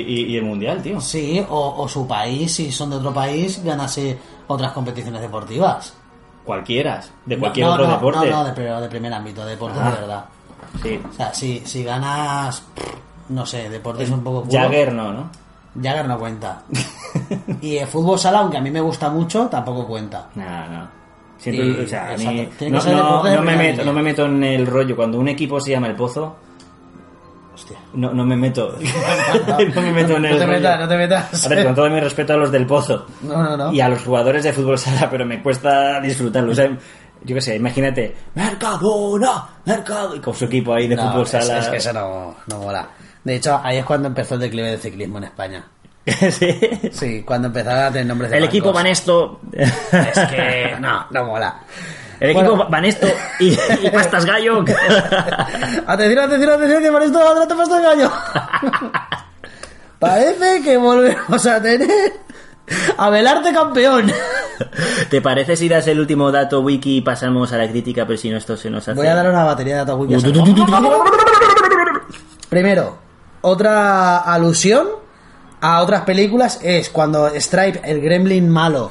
y- y el Mundial, tío. Sí, o, o su país, si son de otro país, ganase otras competiciones deportivas. Cualquiera, de cualquier No, otro no, deporte. No, no, de, pero de primer ámbito, deporte Ah. de verdad. Sí. O sea, si, si ganas, no sé, deportes un poco... culo. Jagger no, ¿no? Jagger no <laughs> cuenta. y el fútbol sala, aunque a mí me gusta mucho, tampoco cuenta. No, no. Siempre- Y- o sea, a mí- exacto. Tiene que no, ser no- deporte de no me primera meto, línea. no me meto en el rollo. Cuando un equipo se llama El Pozo, Hostia. no, no me <laughs> meto. no me meto en el No te rollo. metas, no te metas. A ver, con todo mi respeto a los del Pozo. No, no, no. y a los jugadores de fútbol sala, pero me cuesta disfrutarlo. O sea, yo qué sé, imagínate, Mercadona, Mercado, y con su equipo ahí de No, fútbol es, sala. es que eso no, no mola. De hecho, ahí es cuando empezó el declive del ciclismo en <laughs> España. <laughs> Sí. Sí, cuando empezaron a tener nombres de El equipo bancos. Banesto. Es que no, no mola. <laughs> El Bueno. equipo Banesto y, y Pastas Gallo. <laughs> Atención, atención, atención, que por esto ahora te pasa el gallo. Parece que volvemos a tener a Velarte campeón. <laughs> ¿Te parece si das el último dato wiki y pasamos a la crítica, pero si no, esto se nos hace. Voy a dar una batería de Atawiki. Tu, tu, tu, tu, tu, tu. Primero, otra alusión a otras películas es cuando Stripe, el gremlin malo,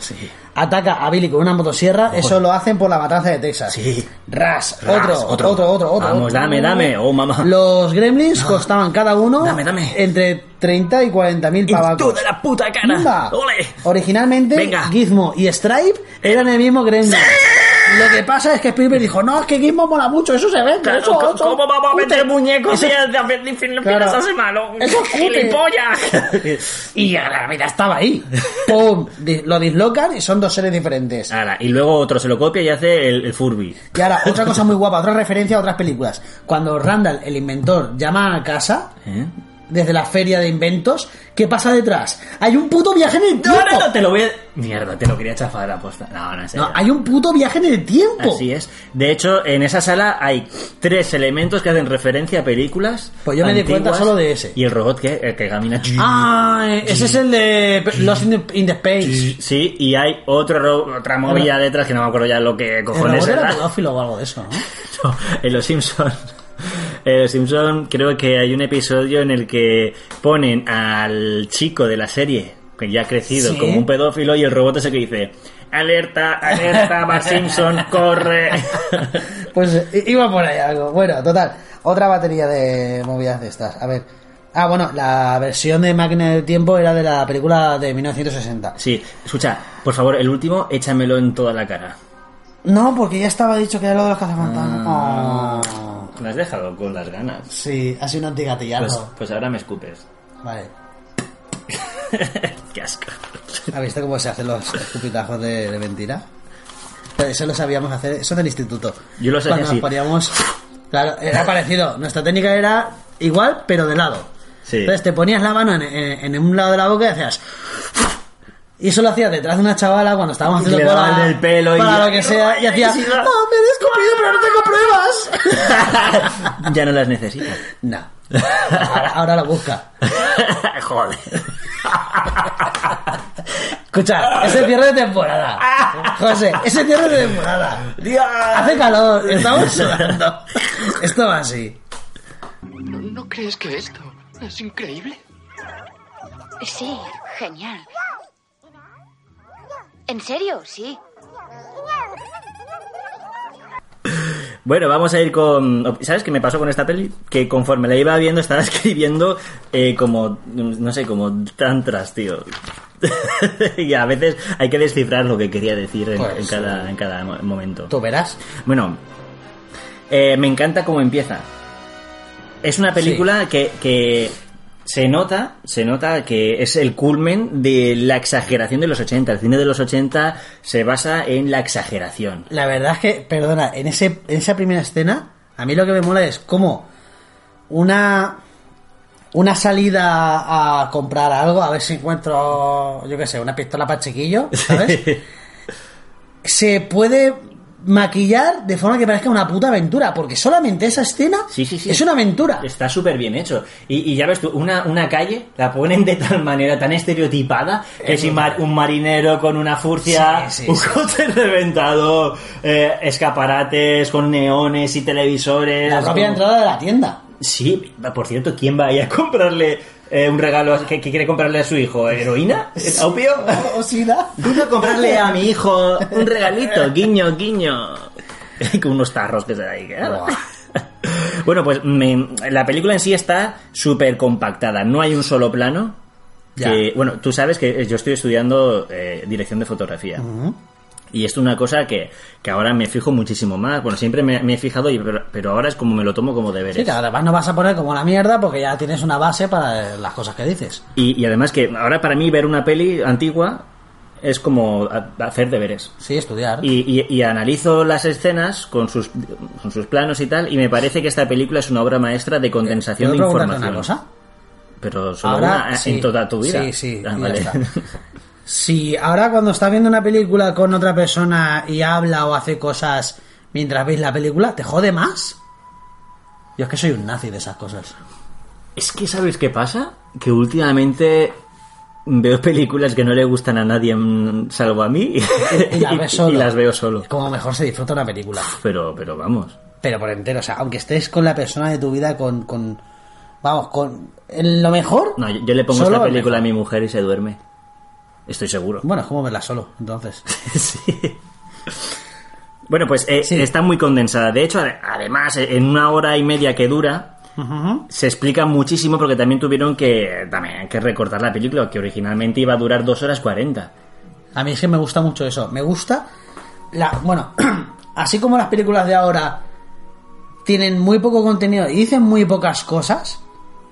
ataca a Billy con una motosierra. Eso lo hacen por la matanza de Texas. <laughs> Sí. Ras, Ras, otro, otro. otro, otro, otro. Vamos, dame, dame. Oh, mamá. Los gremlins costaban cada uno Dame, dame. entre 30 y 40 mil <laughs> Y tú pavacos. de la puta cara. Anda. Ole. Originalmente, Venga. Gizmo y Stripe eran el mismo gremlin. Lo que pasa es que Spielberg dijo, no, es que Gizmo mola mucho, eso se vende. Claro, eso, ¿cómo- eso, ¿Cómo vamos a puta". meter muñecos Eso- si el David Lifin Claro. no hace malo? Eso es cutre. <laughs> ¡Gilipollas! Y a la vida estaba ahí. ¡Pum! Di- Lo dislocan y son dos seres diferentes. Ahora, y luego otro se lo copia y hace el, el Furby. Y ahora, otra cosa muy guapa, otra referencia a otras películas. Cuando Randall, el inventor, llama a casa, ¿Eh? desde la feria de inventos, ¿qué pasa detrás? Hay un puto viaje en el No, tiempo. no, no, te lo voy a... Mierda, te lo quería chafar la posta. No, no, en serio. No, hay un puto viaje en el tiempo. Así es. De hecho, en esa sala hay tres elementos que hacen referencia a películas. Pues yo me di antiguas cuenta solo de ese. Y el robot que, el que camina. Ah, eh, ese es el de Lost in the, in the Space. Sí, y hay otro, ro- otra movida detrás que no me acuerdo ya lo que El robot cojones era era. pedófilo o algo de eso, ¿no? <laughs> No, en Los Simpson. En Los Simpson creo que hay un episodio en el que ponen al chico de la serie, que ya ha crecido, Sí. como un pedófilo, y el robot ese que dice, alerta, alerta, Bart Simpson, <laughs> corre. Pues eh, iba por ahí algo. Bueno, total. Otra batería de movidas de estas. A ver. Ah, bueno, la versión de Máquina del Tiempo era de la película de 1960. sí, escucha, por favor, el último, échamelo en toda la cara. No, porque ya estaba dicho que era lo de los cazafantasmas. Oh. Me has dejado con las ganas. Sí, ha sido un antigatillazo. Pues, pues ahora me escupes. Vale. Qué asco. <laughs> ¿Has visto cómo se hacen los escupitajos de, de mentira? Pero eso lo sabíamos hacer, eso del instituto. Yo los hacía Cuando así. nos poníamos. Claro, era parecido. Nuestra técnica era igual, pero de lado. Sí. Entonces te ponías la mano en, en- en un lado de la boca y hacías. Y eso lo hacías detrás de una chavala cuando estábamos Y haciendo le cola daban el pelo y- para lo que sea. Y <laughs> hacías. ¡Ah, me he descubrido, pero no tengo pruebas! ya no las necesito. <laughs> no. Ahora, ahora lo busca. Joder. Ah. Escucha, ese cierre de temporada. José, ese cierre de temporada. Hace calor, estamos sudando. Esto va así. ¿No, no crees que esto es increíble? Sí, genial. ¿En serio? Sí. Bueno, vamos a ir con... ¿Sabes qué me pasó con esta peli? Que conforme la iba viendo estaba <laughs> escribiendo eh, como... No sé, como tantras, tío. <laughs> y a veces hay que descifrar lo que quería decir en, Pues, en cada, en cada mo- momento. Tú verás. Bueno, eh, me encanta cómo empieza. Es una película que, que se nota, se nota que es el culmen de la exageración de los 80. El cine de los 80 se basa en la exageración. La verdad es que, perdona, en, ese, en esa primera escena, a mí lo que me mola es cómo una, una salida a comprar algo, a ver si encuentro, yo qué sé, una pistola para chiquillo, <laughs> ¿sabes? Se puede maquillar de forma que parezca una puta aventura, porque solamente esa escena Sí, sí, sí. es una aventura. Está súper bien hecho. Y, y ya ves tú, una, una calle la ponen de tal manera, tan estereotipada, que si mar- un marinero con una furcia, Sí, sí, un sí. coche reventado, eh, escaparates con neones y televisores. La propia con- entrada de la tienda. Sí, por cierto, ¿quién va a ir a comprarle eh, un regalo a- que, que quiere comprarle a su hijo? ¿Heroína? <laughs> ¿Opio? O si da. Voy a comprarle a mi hijo un regalito, guiño, guiño. <laughs> Con unos tarros que se da ahí. ¿eh? Buah. <laughs> Bueno, pues me- la película en sí está súper compactada. No hay un solo plano. Ya. que- bueno, tú sabes que yo estoy estudiando eh, dirección de fotografía. Y esto es una cosa que, que ahora me fijo muchísimo más. Bueno, siempre me, me he fijado, y- pero, pero ahora es como me lo tomo como deberes. Sí, que además no vas a poner como la mierda porque ya tienes una base para las cosas que dices. Y, y además que ahora para mí ver una peli antigua es como a- hacer deberes. Sí, estudiar. Y, y- y analizo las escenas con sus, con sus planos y tal, y me parece que esta película es una obra maestra de condensación ¿Puedo de preguntarte información. una cosa? Pero solo Ahora, una, eh, sí. en toda tu vida. Sí, sí, Ah, y ya vale. <laughs> está. Si ahora cuando estás viendo una película con otra persona y habla o hace cosas mientras veis la película, ¿te jode más? Yo es que soy un nazi de esas <laughs> cosas. es que ¿sabes qué pasa? Que últimamente veo películas que no le gustan a nadie mm, salvo a mí <laughs> Y, las ves solo. y las veo solo. Como mejor se disfruta una película. Pero, pero vamos. Pero por entero, o sea, aunque estés con la persona de tu vida, con... con vamos, con... en lo mejor... No, yo, yo le pongo solo esta el película a mejor. mi mujer y se duerme. Estoy seguro. Bueno, es como verla solo, entonces. <laughs> Sí. Bueno, pues eh, Sí. está muy condensada. De hecho, ade- además, eh, en una hora y media que dura, se explica muchísimo porque también tuvieron que, también, que recortar la película, que originalmente iba a durar dos horas 40. A mí es que me gusta mucho eso. Me gusta. La, bueno, <clears throat> así como las películas de ahora tienen muy poco contenido y dicen muy pocas cosas,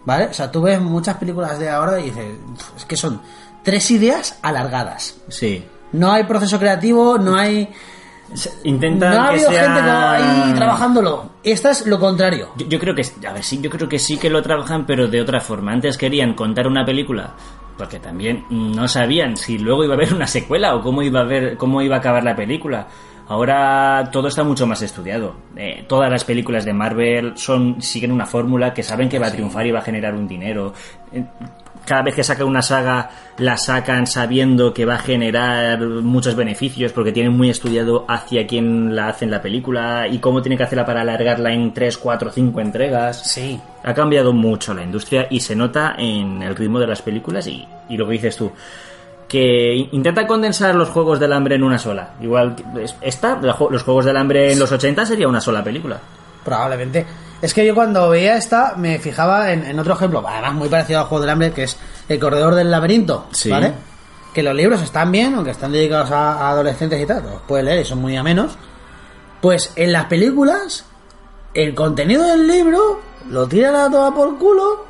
¿vale? O sea, tú ves muchas películas de ahora y dices, "Pf, es que son tres ideas alargadas. Sí. No hay proceso creativo, no hay Intentan No ha que habido sea- gente como ahí trabajándolo. Esto es lo contrario. Yo, yo creo que a ver, sí, yo creo que sí que lo trabajan, pero de otra forma. Antes querían contar una película porque también no sabían si luego iba a haber una secuela o cómo iba a ver cómo iba a acabar la película. Ahora todo está mucho más estudiado. Eh, todas las películas de Marvel son siguen una fórmula que saben que va a triunfar y va a generar un dinero. Eh, cada vez que saca una saga la sacan sabiendo que va a generar muchos beneficios porque tienen muy estudiado hacia quién la hacen la película y cómo tienen que hacerla para alargarla en 3, 4, 5 entregas. Sí. Ha cambiado mucho la industria y se nota en el ritmo de las películas y, y lo que dices tú. Que in- intenta condensar los Juegos del Hambre en una sola. Igual, que es- esta, la ju- los Juegos del Hambre en los 80 sería una sola película. Probablemente. Es que yo cuando veía esta me fijaba en, en otro ejemplo, además muy parecido al juego del hambre, que es El Corredor del Laberinto. Sí. ¿Vale? Que los libros están bien, aunque están dedicados a, a adolescentes y tal, los puedes leer y son muy amenos. Pues en las películas, el contenido del libro lo tiran a toda por culo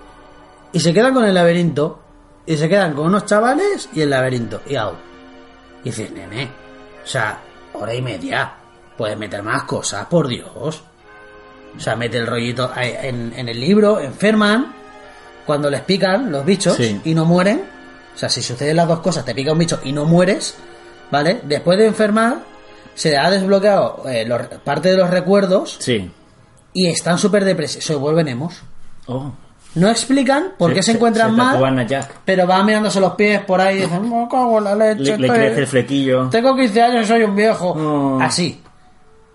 y se quedan con el laberinto. Y se quedan con unos chavales y el laberinto. Y au. Y dices, nene, o sea, hora y media. Puedes meter más cosas, por Dios. O sea, mete el rollito ahí en, en el libro, enferman, cuando les pican los bichos Sí. y no mueren. O sea, si suceden las dos cosas, te pica un bicho y no mueres, ¿vale? Después de enfermar, se ha desbloqueado eh, los- parte de los recuerdos Sí. y están súper depresivos, se vuelven emos. Oh. No explican por qué se, encuentran se mal, tatúan a Jack. pero van mirándose los pies por ahí y dicen, me cago en la leche. Le, le estoy- crece el flequillo. tengo 15 años y soy un viejo. Oh. Así.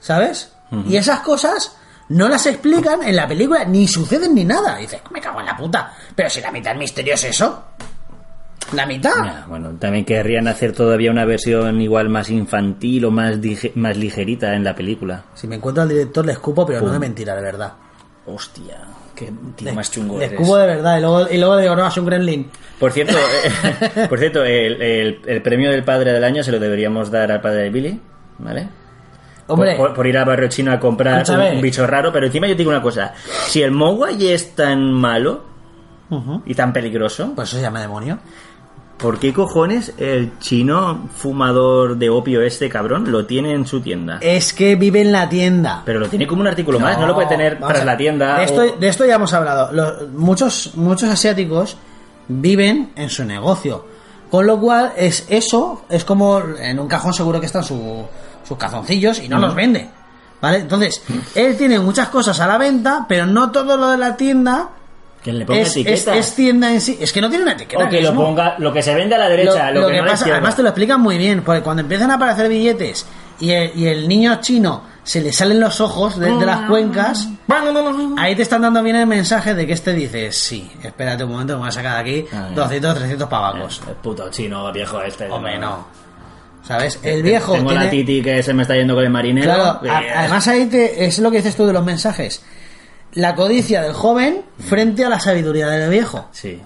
¿Sabes? Y esas cosas no las explican en la película, ni suceden ni nada. Dices, me cago en la puta. Pero si la mitad del misterio es eso. La mitad. Ya, bueno, también querrían hacer todavía una versión igual más infantil o más, dige- más ligerita en la película. Si me encuentro al director, le escupo, pero no de mentira, de verdad. Hostia, qué Le- tío más chungo Le eres. Pues, escupo de verdad. Y luego, y luego digo, no, es un gremlin. Por <laughs> cierto, eh, por cierto el, el- el premio del padre del año se lo deberíamos dar al padre de Billy, ¿vale? Hombre, Por, por- por ir a barrio chino a comprar un, Escúchame. un bicho raro, pero encima yo te digo una cosa. Si el Mogwai es tan malo Ujú. y tan peligroso, pues eso se llama demonio. ¿por qué cojones el chino fumador de opio este cabrón lo tiene en su tienda? Es que vive en la tienda. Pero lo tiene como un artículo más, no lo puede tener vamos tras a- la tienda. De esto, o- de esto ya hemos hablado. Los- muchos, muchos asiáticos viven en su negocio. Con lo cual, es eso es como en un cajón seguro que están su- sus cazoncillos y no Mm. los vende. ¿Vale? Entonces, él tiene muchas cosas a la venta, pero no todo lo de la tienda Que le ponga es, es, etiquetas. es tienda en sí. Es que no tiene una etiqueta. o que es lo un- ponga, lo que se vende a la derecha, lo, lo que, que no a la pasa- izquierda. además te lo explican muy bien, porque cuando empiezan a aparecer billetes y el, y el niño chino se le salen los ojos de, de las cuencas, ahí te están dando bien el mensaje de que este dice, sí, espérate un momento, me voy a sacar de aquí Ah, ya. Eh, 200, 300 pavacos. El puto chino viejo este. Hombre, no. ¿Sabes? El viejo... eh. Tengo la tiene- titi que se me está yendo con el marinero. Claro, Eh, a- además ahí te- es lo que dices tú de los mensajes. La codicia del joven frente a la sabiduría del viejo. Sí.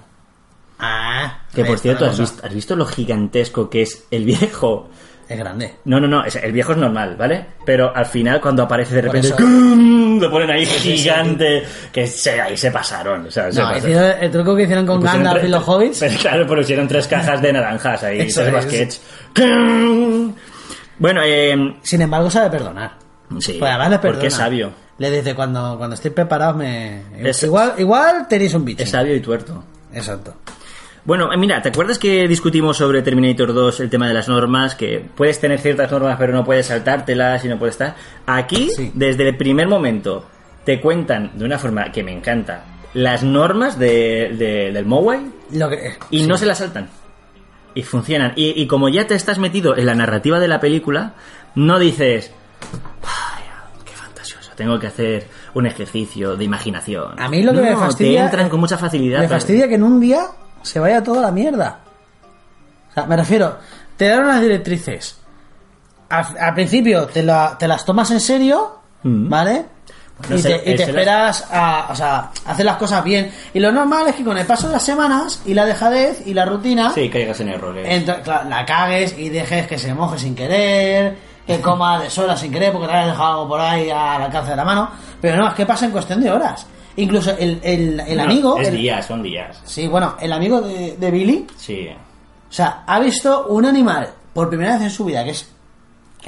Ah, Que ahí por está cierto, la ¿has cosa. visto, has visto lo gigantesco que es el viejo? Es grande. No, no, no, es- el viejo es normal, ¿vale? Pero al final cuando aparece de Por repente... eso. ¡cum! Lo ponen ahí gigante. Que se, ahí se pasaron. O sea, se No, pasaron. hicieron el truco que hicieron con ¿eh? Pusieron Gandalf Pues tres- y los hobbits. Pero <laughs> claro, pero hicieron tres cajas de naranjas ahí. Eso tres es. baskets. ¡Cum! Bueno, eh... Sin embargo, sabe perdonar. Sí, Pues además le perdona. porque es sabio. Le dice, cuando, cuando estéis preparados me... Es- igual, igual tenéis un bicho. Es sabio y tuerto. Exacto. Bueno, eh, mira, ¿te acuerdas que discutimos sobre Terminator 2 el tema de las normas? Que puedes tener ciertas normas pero no puedes saltártelas y no puedes estar. Aquí, Sí. desde el primer momento, te cuentan de una forma que me encanta las normas de- de- del Mowai Lo que, y no se las saltan. Y funcionan. Y, y como ya te estás metido en la narrativa de la película, no dices... "Vaya, qué fantasioso, Tengo que hacer un ejercicio de imaginación. A mí lo que me No, fastidia- Te entran con mucha facilidad. me pero- fastidia que en un día se vaya toda la mierda. O sea, me refiero, te dan unas directrices. Al, al principio te, la- te las tomas en serio, Mm. ¿vale? Bueno, y se- te, y te se las- esperas a, o sea, hacer las cosas bien. Y lo normal es que con el paso de las semanas y la dejadez y la rutina, Sí, caigas en errores. Ento- claro, la cagues y dejes que se moje sin querer, que coma de sola sin querer, porque te has dejado algo por ahí al alcance de la mano. Pero no, es que pasa en cuestión de horas. Incluso el, el- el No, amigo. Es el- días, son días. sí, bueno, el amigo de, de Billy, Sí. o sea, ha visto un animal por primera vez en su vida, que es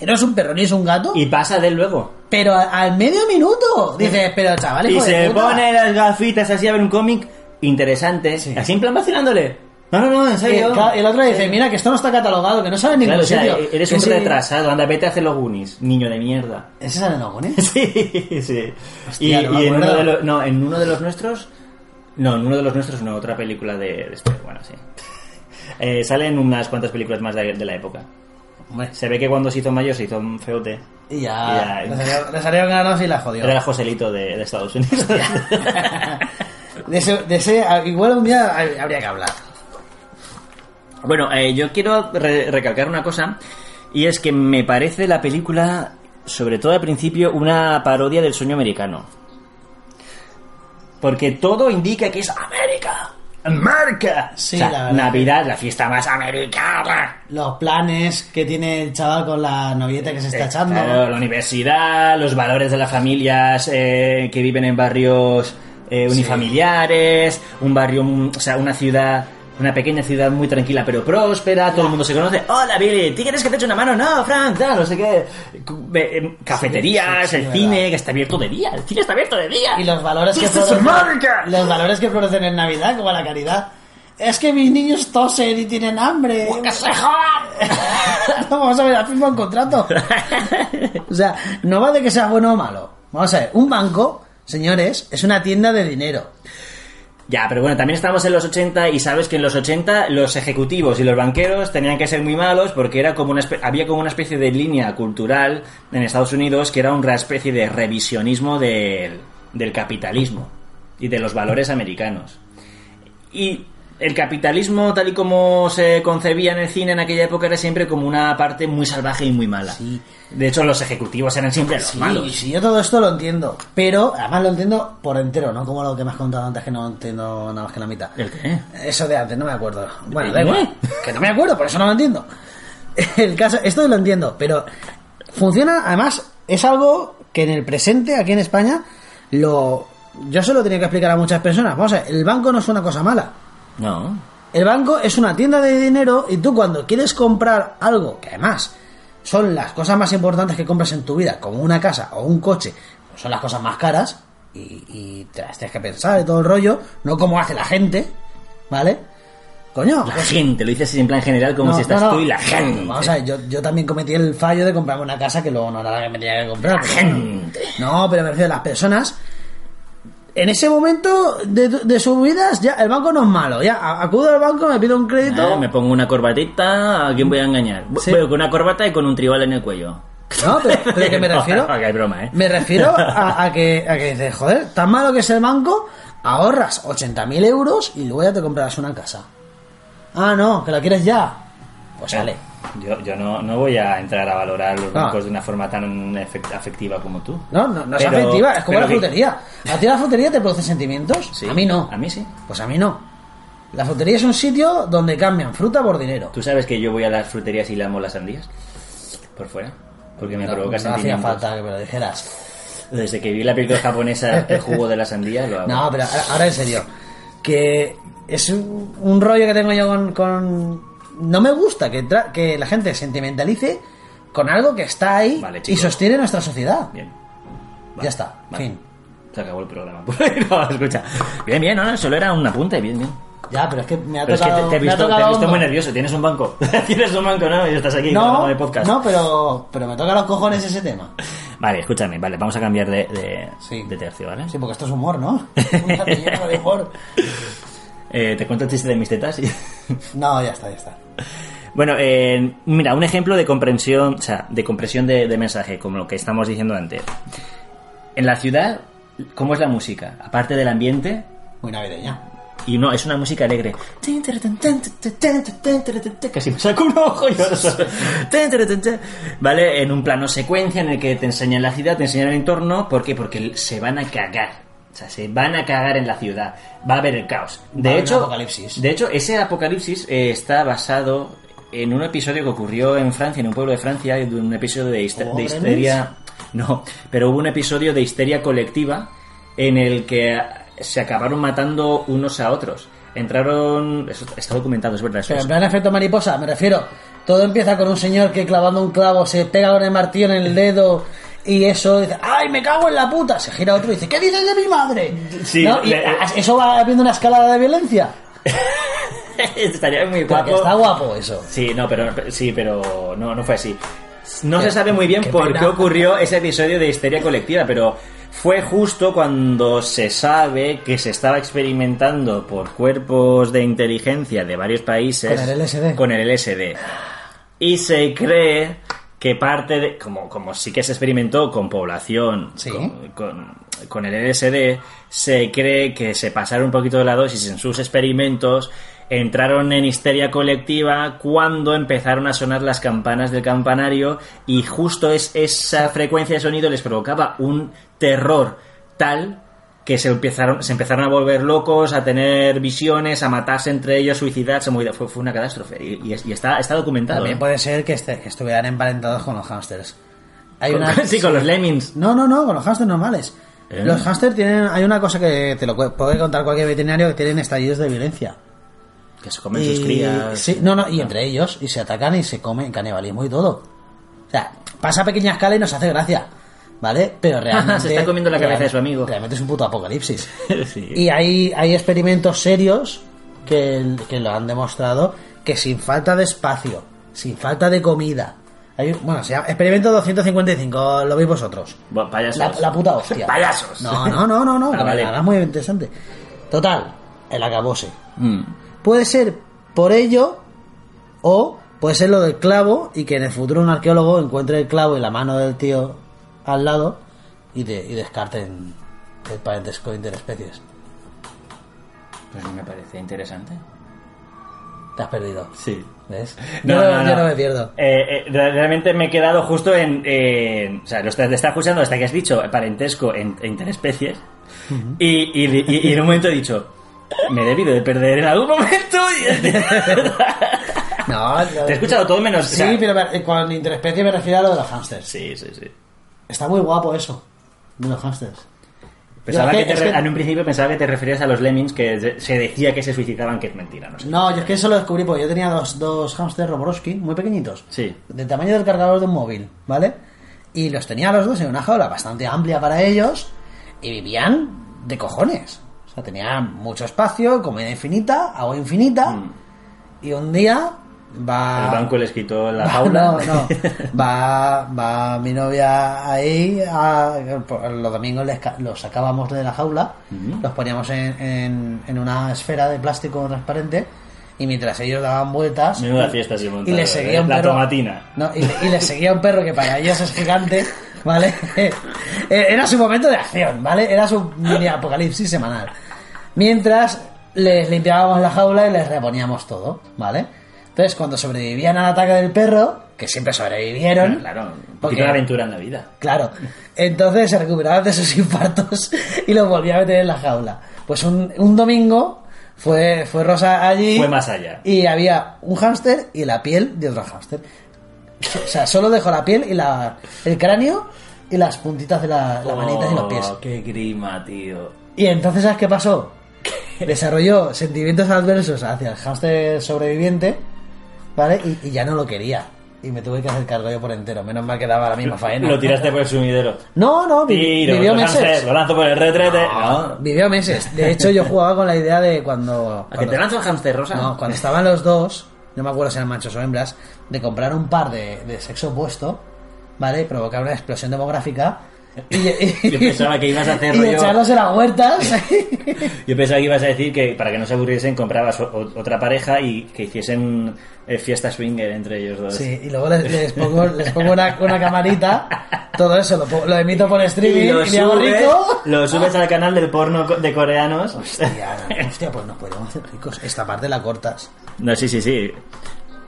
No es un perro ni es un gato. Y pasa de él luego. Pero a- al medio minuto dices, pero chavales, y hijo de se puta. pone las gafitas así a ver un cómic interesante. Así en plan vacilándole. No, no, no, en Y serio. el, ca- Eh, el otro dice, mira, que esto no está catalogado, que no sabe en ningún Claro, o sea, sitio. eres Que un sí. retrasado, anda, vete a hacer los Goonies, niño de mierda. ¿Ese sale en ¿eh? los <laughs> Goonies? Sí, sí. Hostia, y no me y en, acuerdo. uno de los, no, en uno de los nuestros. No, en uno de los nuestros, no, otra película de, de este, Bueno, sí. <laughs> Eh, salen unas cuantas películas más de, de la época. Hombre, Se ve que cuando se hizo mayor se hizo un feote. y ya. Ya. Le salieron- Le salieron ganas y la jodió. Era el Joselito de, de Estados Unidos. <laughs> <laughs> De ese, de ese, igual un día hay- habría que hablar. Bueno, eh, yo quiero re- recalcar una cosa, y es que me parece la película, sobre todo al principio, una parodia del sueño americano. Porque todo indica que es América. ¡América! Sí, O sea, la verdad. Navidad, la fiesta más americana. Los planes que tiene el chaval con la novieta que se está echando. Eh, Claro, la universidad, los valores de las familias eh, que viven en barrios eh, unifamiliares, un barrio, mm, o sea, una ciudad, una pequeña ciudad muy tranquila pero próspera, todo el mundo se conoce. Hola Billy, ¿tú quieres que te eche una mano? No, Frank, tal, no sé qué. Cu- eh, em, Cafeterías, sí, sí, el verdad. cine, que está abierto de día, el cine está abierto de día. Y los valores que This is florecen, America. los valores que florecen en Navidad, como la caridad. Es que mis niños tosen y tienen hambre. Pues ¡Que se jodan! <laughs> No, vamos a ver, firma un <laughs> contrato. O sea, no va de que sea bueno o malo. Vamos a ver, un banco, señores, es una tienda de dinero. Ya, pero bueno, también estamos en los 80 y sabes que en los 80 los ejecutivos y los banqueros tenían que ser muy malos porque era como una espe- había como una especie de línea cultural en Estados Unidos que era una especie de revisionismo del, del capitalismo y de los valores americanos. Y el capitalismo tal y como se concebía en el cine en aquella época era siempre como una parte muy salvaje y muy mala. De hecho, los ejecutivos eran siempre los Sí, malos. sí, yo todo esto lo entiendo. Pero, además lo entiendo por entero, no como lo que me has contado antes, que no entiendo nada más que la mitad. ¿El qué? Eso de antes, no me acuerdo. Bueno, ¿Eh? da igual. Que no me acuerdo, por eso no lo entiendo. <laughs> El caso, esto lo entiendo, pero funciona, además, es algo que en el presente, aquí en España, lo. Yo se lo tenía que explicar a muchas personas. Vamos a ver, el banco no es una cosa mala. No. El banco es una tienda de dinero y tú cuando quieres comprar algo, que además son las cosas más importantes que compras en tu vida, como una casa o un coche, pues son las cosas más caras y, y te las tienes que pensar y todo el rollo, no como hace la gente, ¿vale? Coño, La pues- gente, lo dices en plan general como no, si estás no, no. tú y la gente. Vamos a ver, yo, yo también cometí el fallo de comprarme una casa que luego no era la que me tenía que comprar. pero bueno. gente. No, pero me refiero a las personas. En ese momento de, de sus vidas, ya el banco no es malo. Ya a- acudo al banco, me pido un crédito. Ah, me pongo una corbatita, ¿a quién voy a engañar? Sí. Voy con una corbata y con un tribal en el cuello. No, pero, pero <laughs> que me No, refiero. que hay broma, ¿eh? Me refiero a, a que, a que dices, joder, tan malo que es el banco, ahorras 80.000 euros y luego ya te comprarás una casa. Ah, no, que la quieres ya. Pues sale. Yo, yo no, no voy a entrar a valorar los Ah. bancos de una forma tan efect- afectiva como tú. No, no, no es Pero- afectiva, es como pero la que- frutería. ¿A ti la frutería te produce sentimientos? Sí. A mí no. A mí sí. Pues a mí no. La frutería es un sitio donde cambian fruta por dinero. ¿Tú sabes que yo voy a las fruterías y le amo las sandías? Por fuera. Porque me no, provoca no hacía sentimientos. falta que me lo dijeras. Desde que vi la película japonesa, el jugo de la sandía, lo <laughs> hago. No, pero ahora, ahora en serio. Que es un, un rollo que tengo yo con... con- No me gusta que, tra- que la gente sentimentalice con algo que está ahí Vale, y chico. sostiene nuestra sociedad. Bien. Vale, ya está, vale. fin. Se acabó el programa. <laughs> no, escucha. Bien, bien, no, no, solo era un apunte, bien, bien. Ya, pero es que me ha Pero es que tocado... te, te he me ha visto, te he tocado visto muy hondo. nervioso, tienes un banco. <laughs> tienes un banco, ¿no? Y estás aquí No, grabando el podcast. no pero, pero me toca los cojones ese tema. Vale, escúchame, vale, vamos a cambiar de, de, Sí. de tercio, ¿vale? Sí, porque esto es humor, <laughs> ¿no? Un gatillero de humor. Eh, te cuento el chiste de mis tetas. y- <laughs> No, ya está, ya está. bueno, eh, mira, un ejemplo de comprensión, o sea, de compresión de, de mensaje, como lo que estamos diciendo antes. En la ciudad, ¿cómo es la música? Aparte del ambiente, Muy navideña. y no, es una música alegre. Casi me saco un ojo y ahora solo- Vale, en un plano secuencia en el que te enseñan la ciudad, te enseñan el entorno. ¿Por qué? Porque se van a cagar. O sea, se van a cagar en la ciudad. Va a haber el caos. Va a De haber hecho, un apocalipsis. de hecho, ese apocalipsis eh, está basado en un episodio que ocurrió en Francia, en un pueblo de Francia, de un episodio de, histe- ¿Hubo de gremlins? histeria. No, pero hubo un episodio de histeria colectiva en el que se acabaron matando unos a otros. Entraron. Eso está documentado, es verdad. Eso Pero es- en plan efecto mariposa, me refiero. Todo empieza con un señor que clavando un clavo se pega con el martillo en el dedo y eso dice, ¡ay, me cago en la puta! Se gira otro y dice, ¿qué dices de mi madre? Sí, ¿No? Y le- a- eso va habiendo una escalada de violencia. <laughs> Estaría muy Porque guapo. está guapo eso. Sí, no, pero sí, pero no, no fue así. No Qué- se sabe muy bien qué por pena. qué ocurrió ese episodio de histeria colectiva, pero fue justo cuando se sabe que se estaba experimentando por cuerpos de inteligencia de varios países Con el LSD. con el LSD. Y se cree que parte de. Como, como sí que se experimentó con población Sí. con, con- con el E LSD, se cree que se pasaron un poquito de la dosis en sus experimentos. Entraron en histeria colectiva cuando empezaron a sonar las campanas del campanario y justo es esa frecuencia de sonido les provocaba un terror tal que se empezaron, se empezaron a volver locos, a tener visiones, a matarse entre ellos, suicidarse, muy- fue, fue una catástrofe. Y, y es- y está, está documentado. También ¿eh? puede ser que, este- que estuvieran emparentados con los hamsters. Hay Con- una... <laughs> sí, con los lemmings. No, no, no, con los hamsters normales. Eh. Los hamsters tienen... Hay una cosa que te lo cu- puede contar cualquier veterinario que tienen estallidos de violencia. Que se comen Y- sus crías. sí, no, no, y entre ellos, y se atacan y se comen canibalismo y todo. O sea, pasa a pequeña escala y nos hace gracia, ¿vale? <laughs> Pero realmente. Se está comiendo la cabeza de su amigo. Realmente es un puto apocalipsis. Sí. Y hay, hay experimentos serios que, que lo han demostrado que sin falta de espacio, sin falta de comida. hay- bueno, se llama experimento 255, lo veis vosotros. Bueno, payasos. La, la puta hostia. Payasos. No, no, no, no, no. <laughs> Ah, vale. nada, muy interesante. Total, el acabose. Mm. Puede ser por ello o puede ser lo del clavo y que en el futuro un arqueólogo encuentre el clavo y la mano del tío al lado y, de- y descarten el parentesco interespecies. Pues me parece interesante. Te has perdido. Sí. ¿Ves? yo, yo no me pierdo. Eh, eh, re- realmente me he quedado justo en. en- o sea, lo estás, te estás escuchando hasta que has dicho parentesco en, e interespecies. y, y- y- y en un momento he dicho. Me he debido de perder en algún momento. <laughs> y- No, <laughs> Te he escuchado todo menos. o Sí, sea, pero ver, eh, con interespecies me refiero a lo de los hamsters. Sí, sí, sí. Está muy guapo eso, de los hamsters. Pensaba Yo que es que- te re- es que- En un principio pensaba que te referías a los lemmings que de- se decía que se suicidaban, que es mentira, no sé. No, yo es que eso lo descubrí porque yo tenía dos, dos hamsters Roborowski muy pequeñitos. Sí. Del tamaño del cargador de un móvil, ¿vale? Y los tenía los dos en una jaula bastante amplia para ellos y vivían de cojones. O sea, tenían mucho espacio, comida infinita, agua infinita. Y un día va. El Mm. banco les quitó la Va- jaula. Ah. <laughs> No, <laughs> no. Va, va mi novia ahí. a- por- los domingos les ca- los sacábamos de la jaula, los poníamos en, en- en una esfera de plástico transparente. Y mientras ellos daban vueltas. Menuda fiesta se Y montaron, les seguía ¿eh? un La perro. tomatina. No, y, le- y les seguía un perro que para ellos es gigante, ¿vale? <laughs> Eh, Era su momento de acción, ¿vale? Era su mini apocalipsis semanal. Mientras les limpiábamos la jaula y les reponíamos todo, ¿vale? Entonces, cuando sobrevivían al ataque del perro, que siempre sobrevivieron. Claro, un porque- poquito de aventura en la vida. Claro. Entonces se recuperaban de sus <laughs> infartos y los volvía a meter en la jaula. Pues un, un domingo fue, fue Rosa allí. Fue más allá. Y había un hámster y la piel de otro hámster. O sea, solo dejó la piel y la, el cráneo y las puntitas de la, la manita y los pies. Oh, qué grima, tío. Y entonces, ¿sabes qué pasó? Desarrolló sentimientos adversos hacia el hámster sobreviviente, ¿vale? Y, y ya no lo quería. Y me tuve que hacer cargo yo por entero. Menos mal que daba la misma faena. Lo tiraste por el sumidero. No, no, vi- Tiro, vivió lo lanzo, meses. lo lanzo por el retrete. No, No. vivió meses. De hecho, yo jugaba con la idea de cuando. ¿A que cuando- te lanzo el hamster rosa? no, cuando estaban los dos, no me acuerdo si eran machos o hembras, de comprar un par de, de sexo opuesto, ¿vale? Y provocar una explosión demográfica. Y, y- <laughs> Yo pensaba que ibas a <laughs> hacer Y rollo- echarlos en las huertas. <laughs> Yo pensaba que ibas a decir que para que no se aburriesen comprabas o- o- otra pareja y que hiciesen eh, fiesta swinger entre ellos dos. Sí, y luego les, les pongo, les pongo una, una camarita. Todo eso lo, po- lo emito por streaming y, lo, me hago subes, rico. lo subes al canal del porno co- de coreanos. Hostia, hostia, pues nos podemos hacer ricos. Esta parte la cortas. No, sí, sí, sí.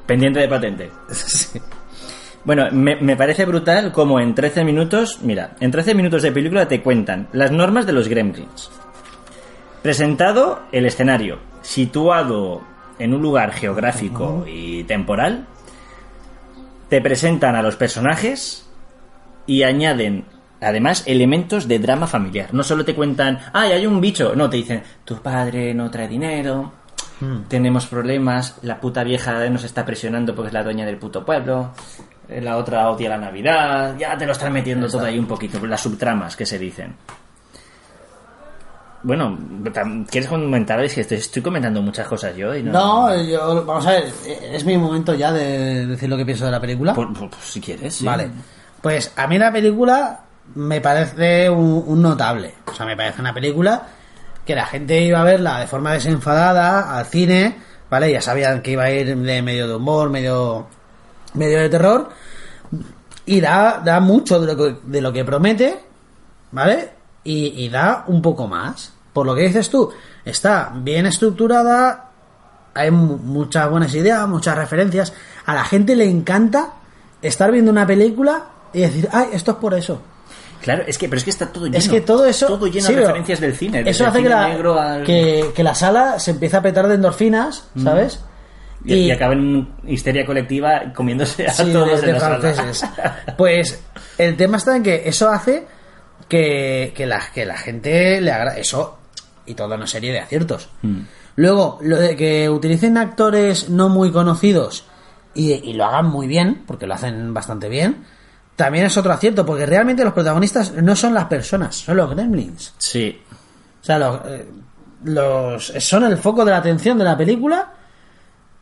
Pendiente de patente. Bueno, me, me parece brutal como en 13 minutos, mira, en 13 minutos de película te cuentan las normas de los gremlins. Presentado el escenario, situado en un lugar geográfico y temporal, te presentan a los personajes y añaden además elementos de drama familiar. No solo te cuentan, ay, hay un bicho, no, te dicen, tu padre no trae dinero, Hmm. tenemos problemas, la puta vieja nos está presionando porque es la dueña del puto pueblo, eh, la otra odia la Navidad, ya te lo están metiendo todo ahí un poquito, las subtramas que se dicen. Bueno, tam- ¿quieres comentar? Es que estoy, estoy comentando muchas cosas yo y no... No, eh, yo, vamos a ver, es mi momento ya de decir lo que pienso de la película. Pues- pues- pues si quieres, sí. Vale. Pues a mí la película me parece un, un notable. O sea, me parece una película que la gente iba a verla de forma desenfadada al cine, ¿vale? Ya sabían que iba a ir de medio de humor, medio, medio de terror. Y da, da mucho de lo, que, de lo que promete, ¿vale? Y, y da un poco más. Por lo que dices tú, está bien estructurada, hay mu- muchas buenas ideas, muchas referencias. A la gente le encanta estar viendo una película y decir, ay, esto es por eso. Claro, es que, pero es que está todo lleno. es que todo eso. Todo lleno sí, de pero referencias del cine. desde Eso el hace que cine la, negro al- Mm. que, que la sala se empieza a petar de endorfinas, ¿sabes? Y, y acaba en histeria colectiva <laughs> comiéndose a sí, de- todos de en la sala. <laughs> franceses. Pues el tema está en que eso hace que, que, la, que la gente le agrade. Eso y toda una serie de aciertos. Luego, lo de que utilicen actores no muy conocidos y, y lo hagan muy bien, porque lo hacen bastante bien, también es otro acierto, porque realmente los protagonistas no son las personas, son los gremlins. Sí. O sea, los, eh, los- son el foco de la atención de la película.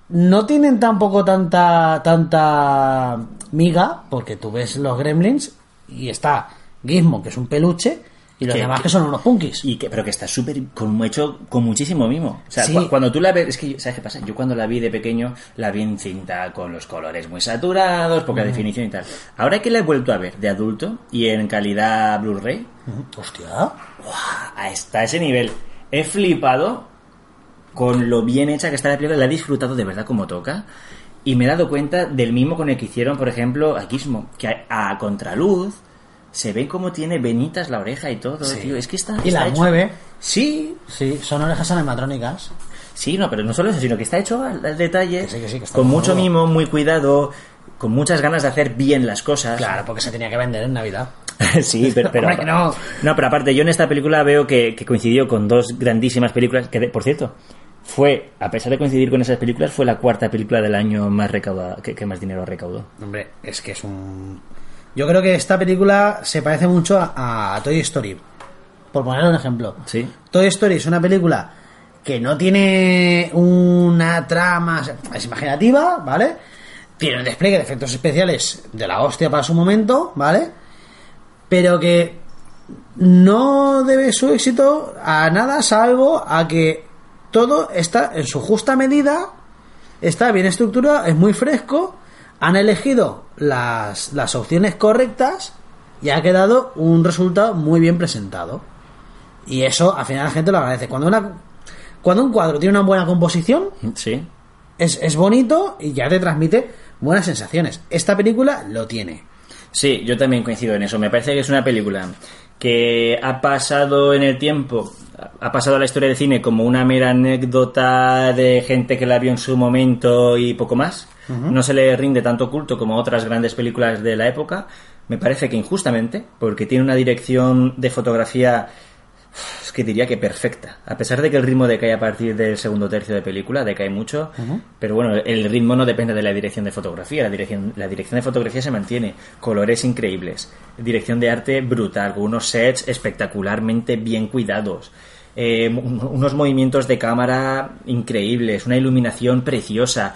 No tienen tampoco tanta tanta miga, porque tú ves los gremlins y está Gizmo, que es un peluche, y los Que- demás que son unos punkis. Y que, pero que está súper con- hecho con muchísimo mimo. O sea, Sí. cu- cuando tú la ves, es que, yo- ¿sabes qué pasa? Yo cuando la vi de pequeño, la vi en cinta con los colores muy saturados, Mm. poca definición y tal. Ahora que la he vuelto a ver de adulto y en calidad Blu-ray, Hostia. a- está a ese nivel. He flipado con lo bien hecha que está la película, la he disfrutado de verdad como toca. Y me he dado cuenta del mismo con el que hicieron, por ejemplo, a Gizmo, que a, a contraluz se ve como tiene venitas la oreja y todo, tío. Es que está. Y está la hecho- mueve. Sí, Sí, son orejas animatrónicas. Sí, no, pero no solo eso, sino que está hecho al, al detalle, Que sí, que sí, que está con muy mucho bueno. mimo, muy cuidado, con muchas ganas de hacer bien las cosas. Claro, porque se tenía que vender en Navidad. <laughs> sí, pero, pero- Hombre, que no. No, pero aparte, yo en esta película veo que, que coincidió con dos grandísimas películas, que de- por cierto, fue, a pesar de coincidir con esas películas, fue la cuarta película del año más recaudada, que, que más dinero recaudó. Hombre, es que es un... Yo creo que esta película se parece mucho a, a Toy Story, por poner un ejemplo. Sí. Toy Story es una película que no tiene una trama, es imaginativa, ¿vale? Tiene un despliegue de efectos especiales de la hostia para su momento, ¿vale? Pero que no debe su éxito a nada salvo a que todo está en su justa medida, está bien estructurado, es muy fresco, han elegido las, las opciones correctas y ha quedado un resultado muy bien presentado. Y eso al final la gente lo agradece. Cuando una cuando un cuadro tiene una buena composición, Sí. es, es bonito y ya te transmite buenas sensaciones. Esta película lo tiene. Sí, yo también coincido en eso. Me parece que es una película que ha pasado en el tiempo, ha pasado a la historia del cine como una mera anécdota de gente que la vio en su momento y poco más. No se le rinde tanto culto como a otras grandes películas de la época. Me parece que injustamente, porque tiene una dirección de fotografía es que diría que perfecta. A pesar de que el ritmo decae a partir del segundo tercio de película, decae mucho, pero bueno, el ritmo no depende de la dirección de fotografía, la dirección, la dirección de fotografía se mantiene, colores increíbles, dirección de arte brutal, con unos sets espectacularmente bien cuidados, eh, un- unos movimientos de cámara increíbles, una iluminación preciosa,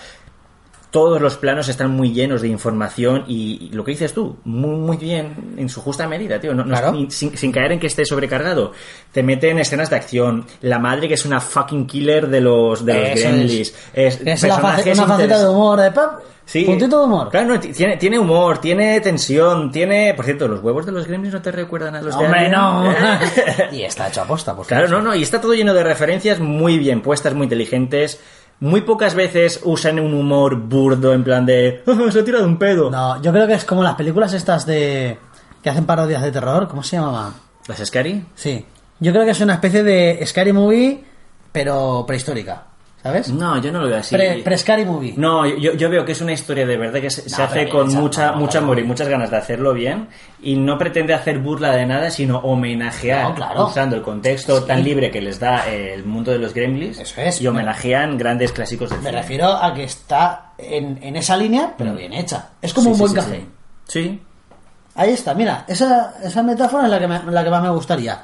todos los planos están muy llenos de información y, y lo que dices tú, muy, muy bien, en su justa medida, tío. No, no- Claro. ni- sin, sin caer en que esté sobrecargado. Te meten escenas de acción. La madre que es una fucking killer de los, de los Eso gremlins. Es Es, la face- personajes una faceta interes- de humor, de pap, Sí. puntito de humor. Claro, no, ti- tiene, tiene humor, tiene tensión, tiene... Por cierto, los huevos de los gremlins no te recuerdan a los de Hombre, Alien? no. <laughs> y está hecho aposta, por pues Claro, supuesto. no, no, y está todo lleno de referencias muy bien puestas, muy inteligentes. Muy pocas veces usan un humor burdo en plan de "Ah, se ha tirado un pedo. No, yo creo que es como las películas estas de que hacen parodias de terror, ¿cómo se llamaba? ¿Las Scary? Sí. Yo creo que es una especie de scary movie pero prehistórica. ¿Sabes? No, yo no lo veo así. Pre, Prescary Movie. Mm, No, yo, yo veo que es una historia de verdad que se, se No, hace pero con esa- mucha, no, mucho no. amor y muchas ganas de hacerlo bien y no pretende hacer burla de nada, sino homenajear, No, claro. usando el contexto tan libre que les da eh, el mundo de los gremlins, Eso es. y homenajean grandes clásicos del Me cine. refiero a que está en, en esa línea, pero Mm. bien hecha. Es como Sí, un sí, buen sí, café. Sí. Sí. Ahí está, mira, esa, esa metáfora es la que, me- la que más me gustaría.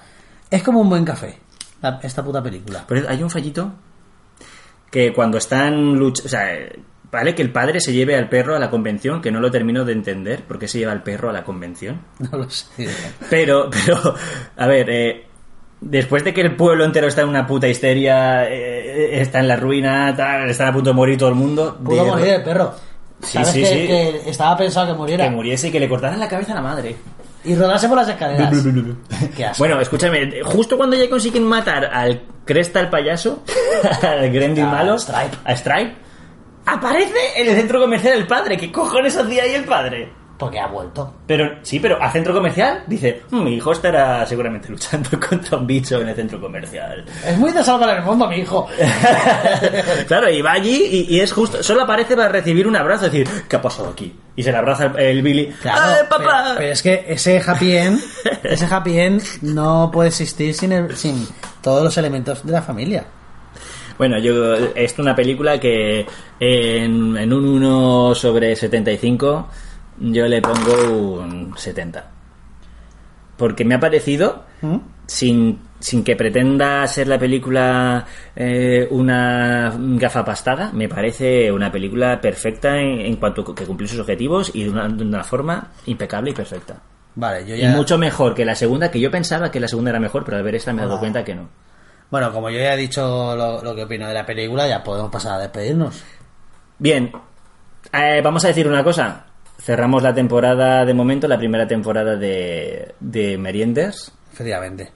Es como un buen café, la- esta puta película. <laughs> Pero hay un fallito que cuando están luchando, o sea, eh, vale que el padre se lleve al perro a la convención, que no lo termino de entender, ¿por qué se lleva al perro a la convención? No lo sé. Pero, <laughs> pero, a ver, eh, después de que el pueblo entero está en una puta histeria, eh, está en la ruina, tal, están a punto de morir todo el mundo, Pudo de- morir el perro. Sí, Sabes sí, que, sí. que estaba pensado que muriera. que muriese y que le cortaran la cabeza a la madre. Y rodarse por las escaleras. <laughs> Qué asco. Bueno, escúchame, justo cuando ya consiguen matar al Cresta al payaso, <laughs> al Gremlin A malo, Stripe. a Stripe, aparece en el centro comercial el padre. ¿Qué cojones hacía ahí el padre? Porque ha vuelto. Pero sí, pero a centro comercial dice, "Mm, mi hijo estará seguramente <laughs> luchando contra un bicho en el centro comercial. <laughs> Es muy de salvar el mundo, mi hijo. claro, y va allí y, y es justo, solo aparece para recibir un abrazo, es decir, ¿qué ha pasado aquí? Y se le abraza el, el Billy. Claro, ¡Ay, papá! Pero, pero es que ese happy end, ese happy end no puede existir sin, el- sin todos los elementos de la familia. Bueno, yo es una película que en, en un 1 sobre 75 yo le pongo un 70. Porque me ha parecido, sin, sin que pretenda ser la película eh, una gafa pastada, me parece una película perfecta en, en cuanto que cumplió sus objetivos y de una, de una forma impecable y perfecta. Vale, yo Y ya. mucho mejor que la segunda, que yo pensaba que la segunda era mejor, pero al ver esta me he dado cuenta que no. Bueno, como yo ya he dicho lo, lo que opino de la película, ya podemos pasar a despedirnos. Bien, eh, vamos a decir una cosa. Cerramos la temporada de momento, la primera temporada de, de Meriendes. Efectivamente.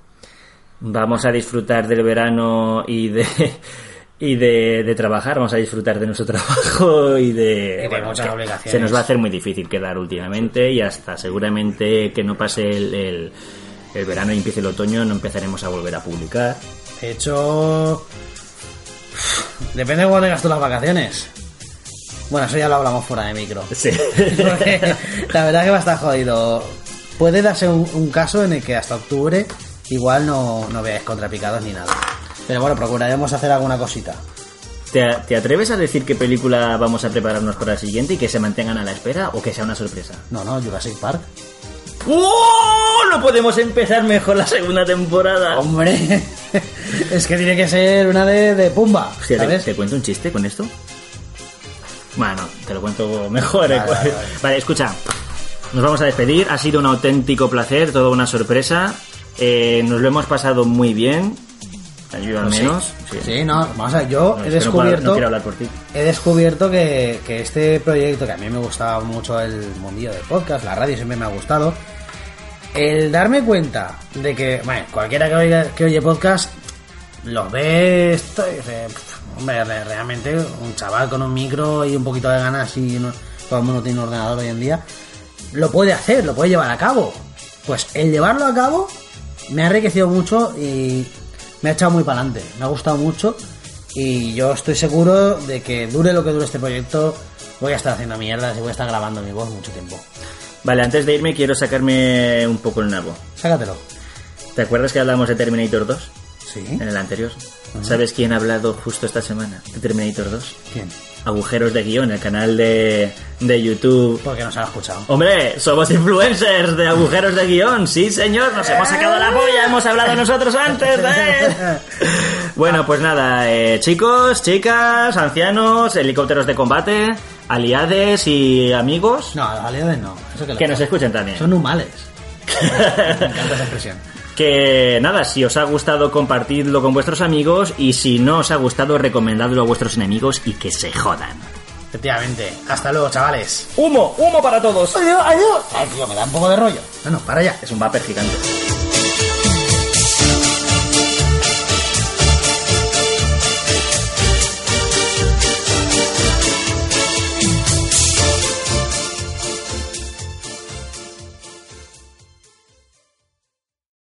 Vamos a disfrutar del verano y de <laughs> y de, de trabajar. Vamos a disfrutar de nuestro <laughs> trabajo y de, Y de muchas que obligaciones. Se nos va a hacer muy difícil quedar últimamente y hasta seguramente que no pase el, el- el verano y empiece el otoño no empezaremos a volver a publicar. <laughs> De hecho. <sighs> Depende de cuándo tengas tú las vacaciones. Bueno, eso ya lo hablamos fuera de <laughs> micro. Sí. Porque la verdad que va a estar jodido. Puede darse un, un caso en el que hasta octubre igual no, no veáis contrapicados ni nada. Pero bueno, procuraremos hacer alguna cosita. ¿Te, ¿Te atreves a decir qué película vamos a prepararnos para la siguiente y que se mantengan a la espera o que sea una sorpresa? No, no, Jurassic Park. ¡Oh! No podemos empezar mejor la segunda temporada. Hombre, <laughs> es que tiene que ser una de, de pumba, Hostia, ¿te, ¿sabes? te cuento un chiste con esto? Bueno, te lo cuento mejor. ¿eh? Vale, vale, vale. Vale, escucha. Nos vamos a despedir. Ha sido un auténtico placer, toda una sorpresa. Eh, nos lo hemos pasado muy bien. Yo al Pues sí. menos. Sí. Sí, no, vamos a ver, yo No, he es que no puedo- descubierto... no quiero hablar por ti. he descubierto que, que este proyecto, que a mí me gustaba mucho el mundillo del podcast, la radio siempre me ha gustado, el darme cuenta de que, bueno, cualquiera que, oiga- que oye podcast los ve, esto y dice, "Pff, hombre, re- realmente un chaval con un micro y un poquito de ganas y no- todo el mundo tiene un ordenador hoy en día, lo puede hacer, lo puede llevar a cabo. Pues el llevarlo a cabo me ha enriquecido mucho y me ha echado muy para adelante. Me ha gustado mucho y yo estoy seguro de que dure lo que dure este proyecto, voy a estar haciendo mierdas y voy a estar grabando mi voz mucho tiempo. Vale, antes de irme quiero sacarme un poco el nabo. Sácatelo. ¿Te acuerdas que hablamos de Terminator 2 Sí. en el anterior? ¿Sabes quién ha hablado justo esta semana de Terminator 2? ¿Quién? Agujeros de guión, el canal de, de YouTube. Porque no se lo ha escuchado. Hombre, somos influencers de agujeros de guión, sí señor, nos hemos sacado la polla, hemos hablado nosotros antes de él. <laughs> Bueno, pues nada, eh, chicos, chicas, ancianos, helicópteros de combate, aliades y amigos No, a los aliados no. Eso que, lo- que nos escuchen también. Son <laughs> humales. Me encanta esa expresión. Que nada, si os ha gustado compartidlo con vuestros amigos y si no os ha gustado recomendadlo a vuestros enemigos y que se jodan. Efectivamente. Hasta luego, chavales. Humo, humo para todos. Adiós, adiós. Ay, tío, me da un poco de rollo. No, no, para allá. Es un vapor gigante.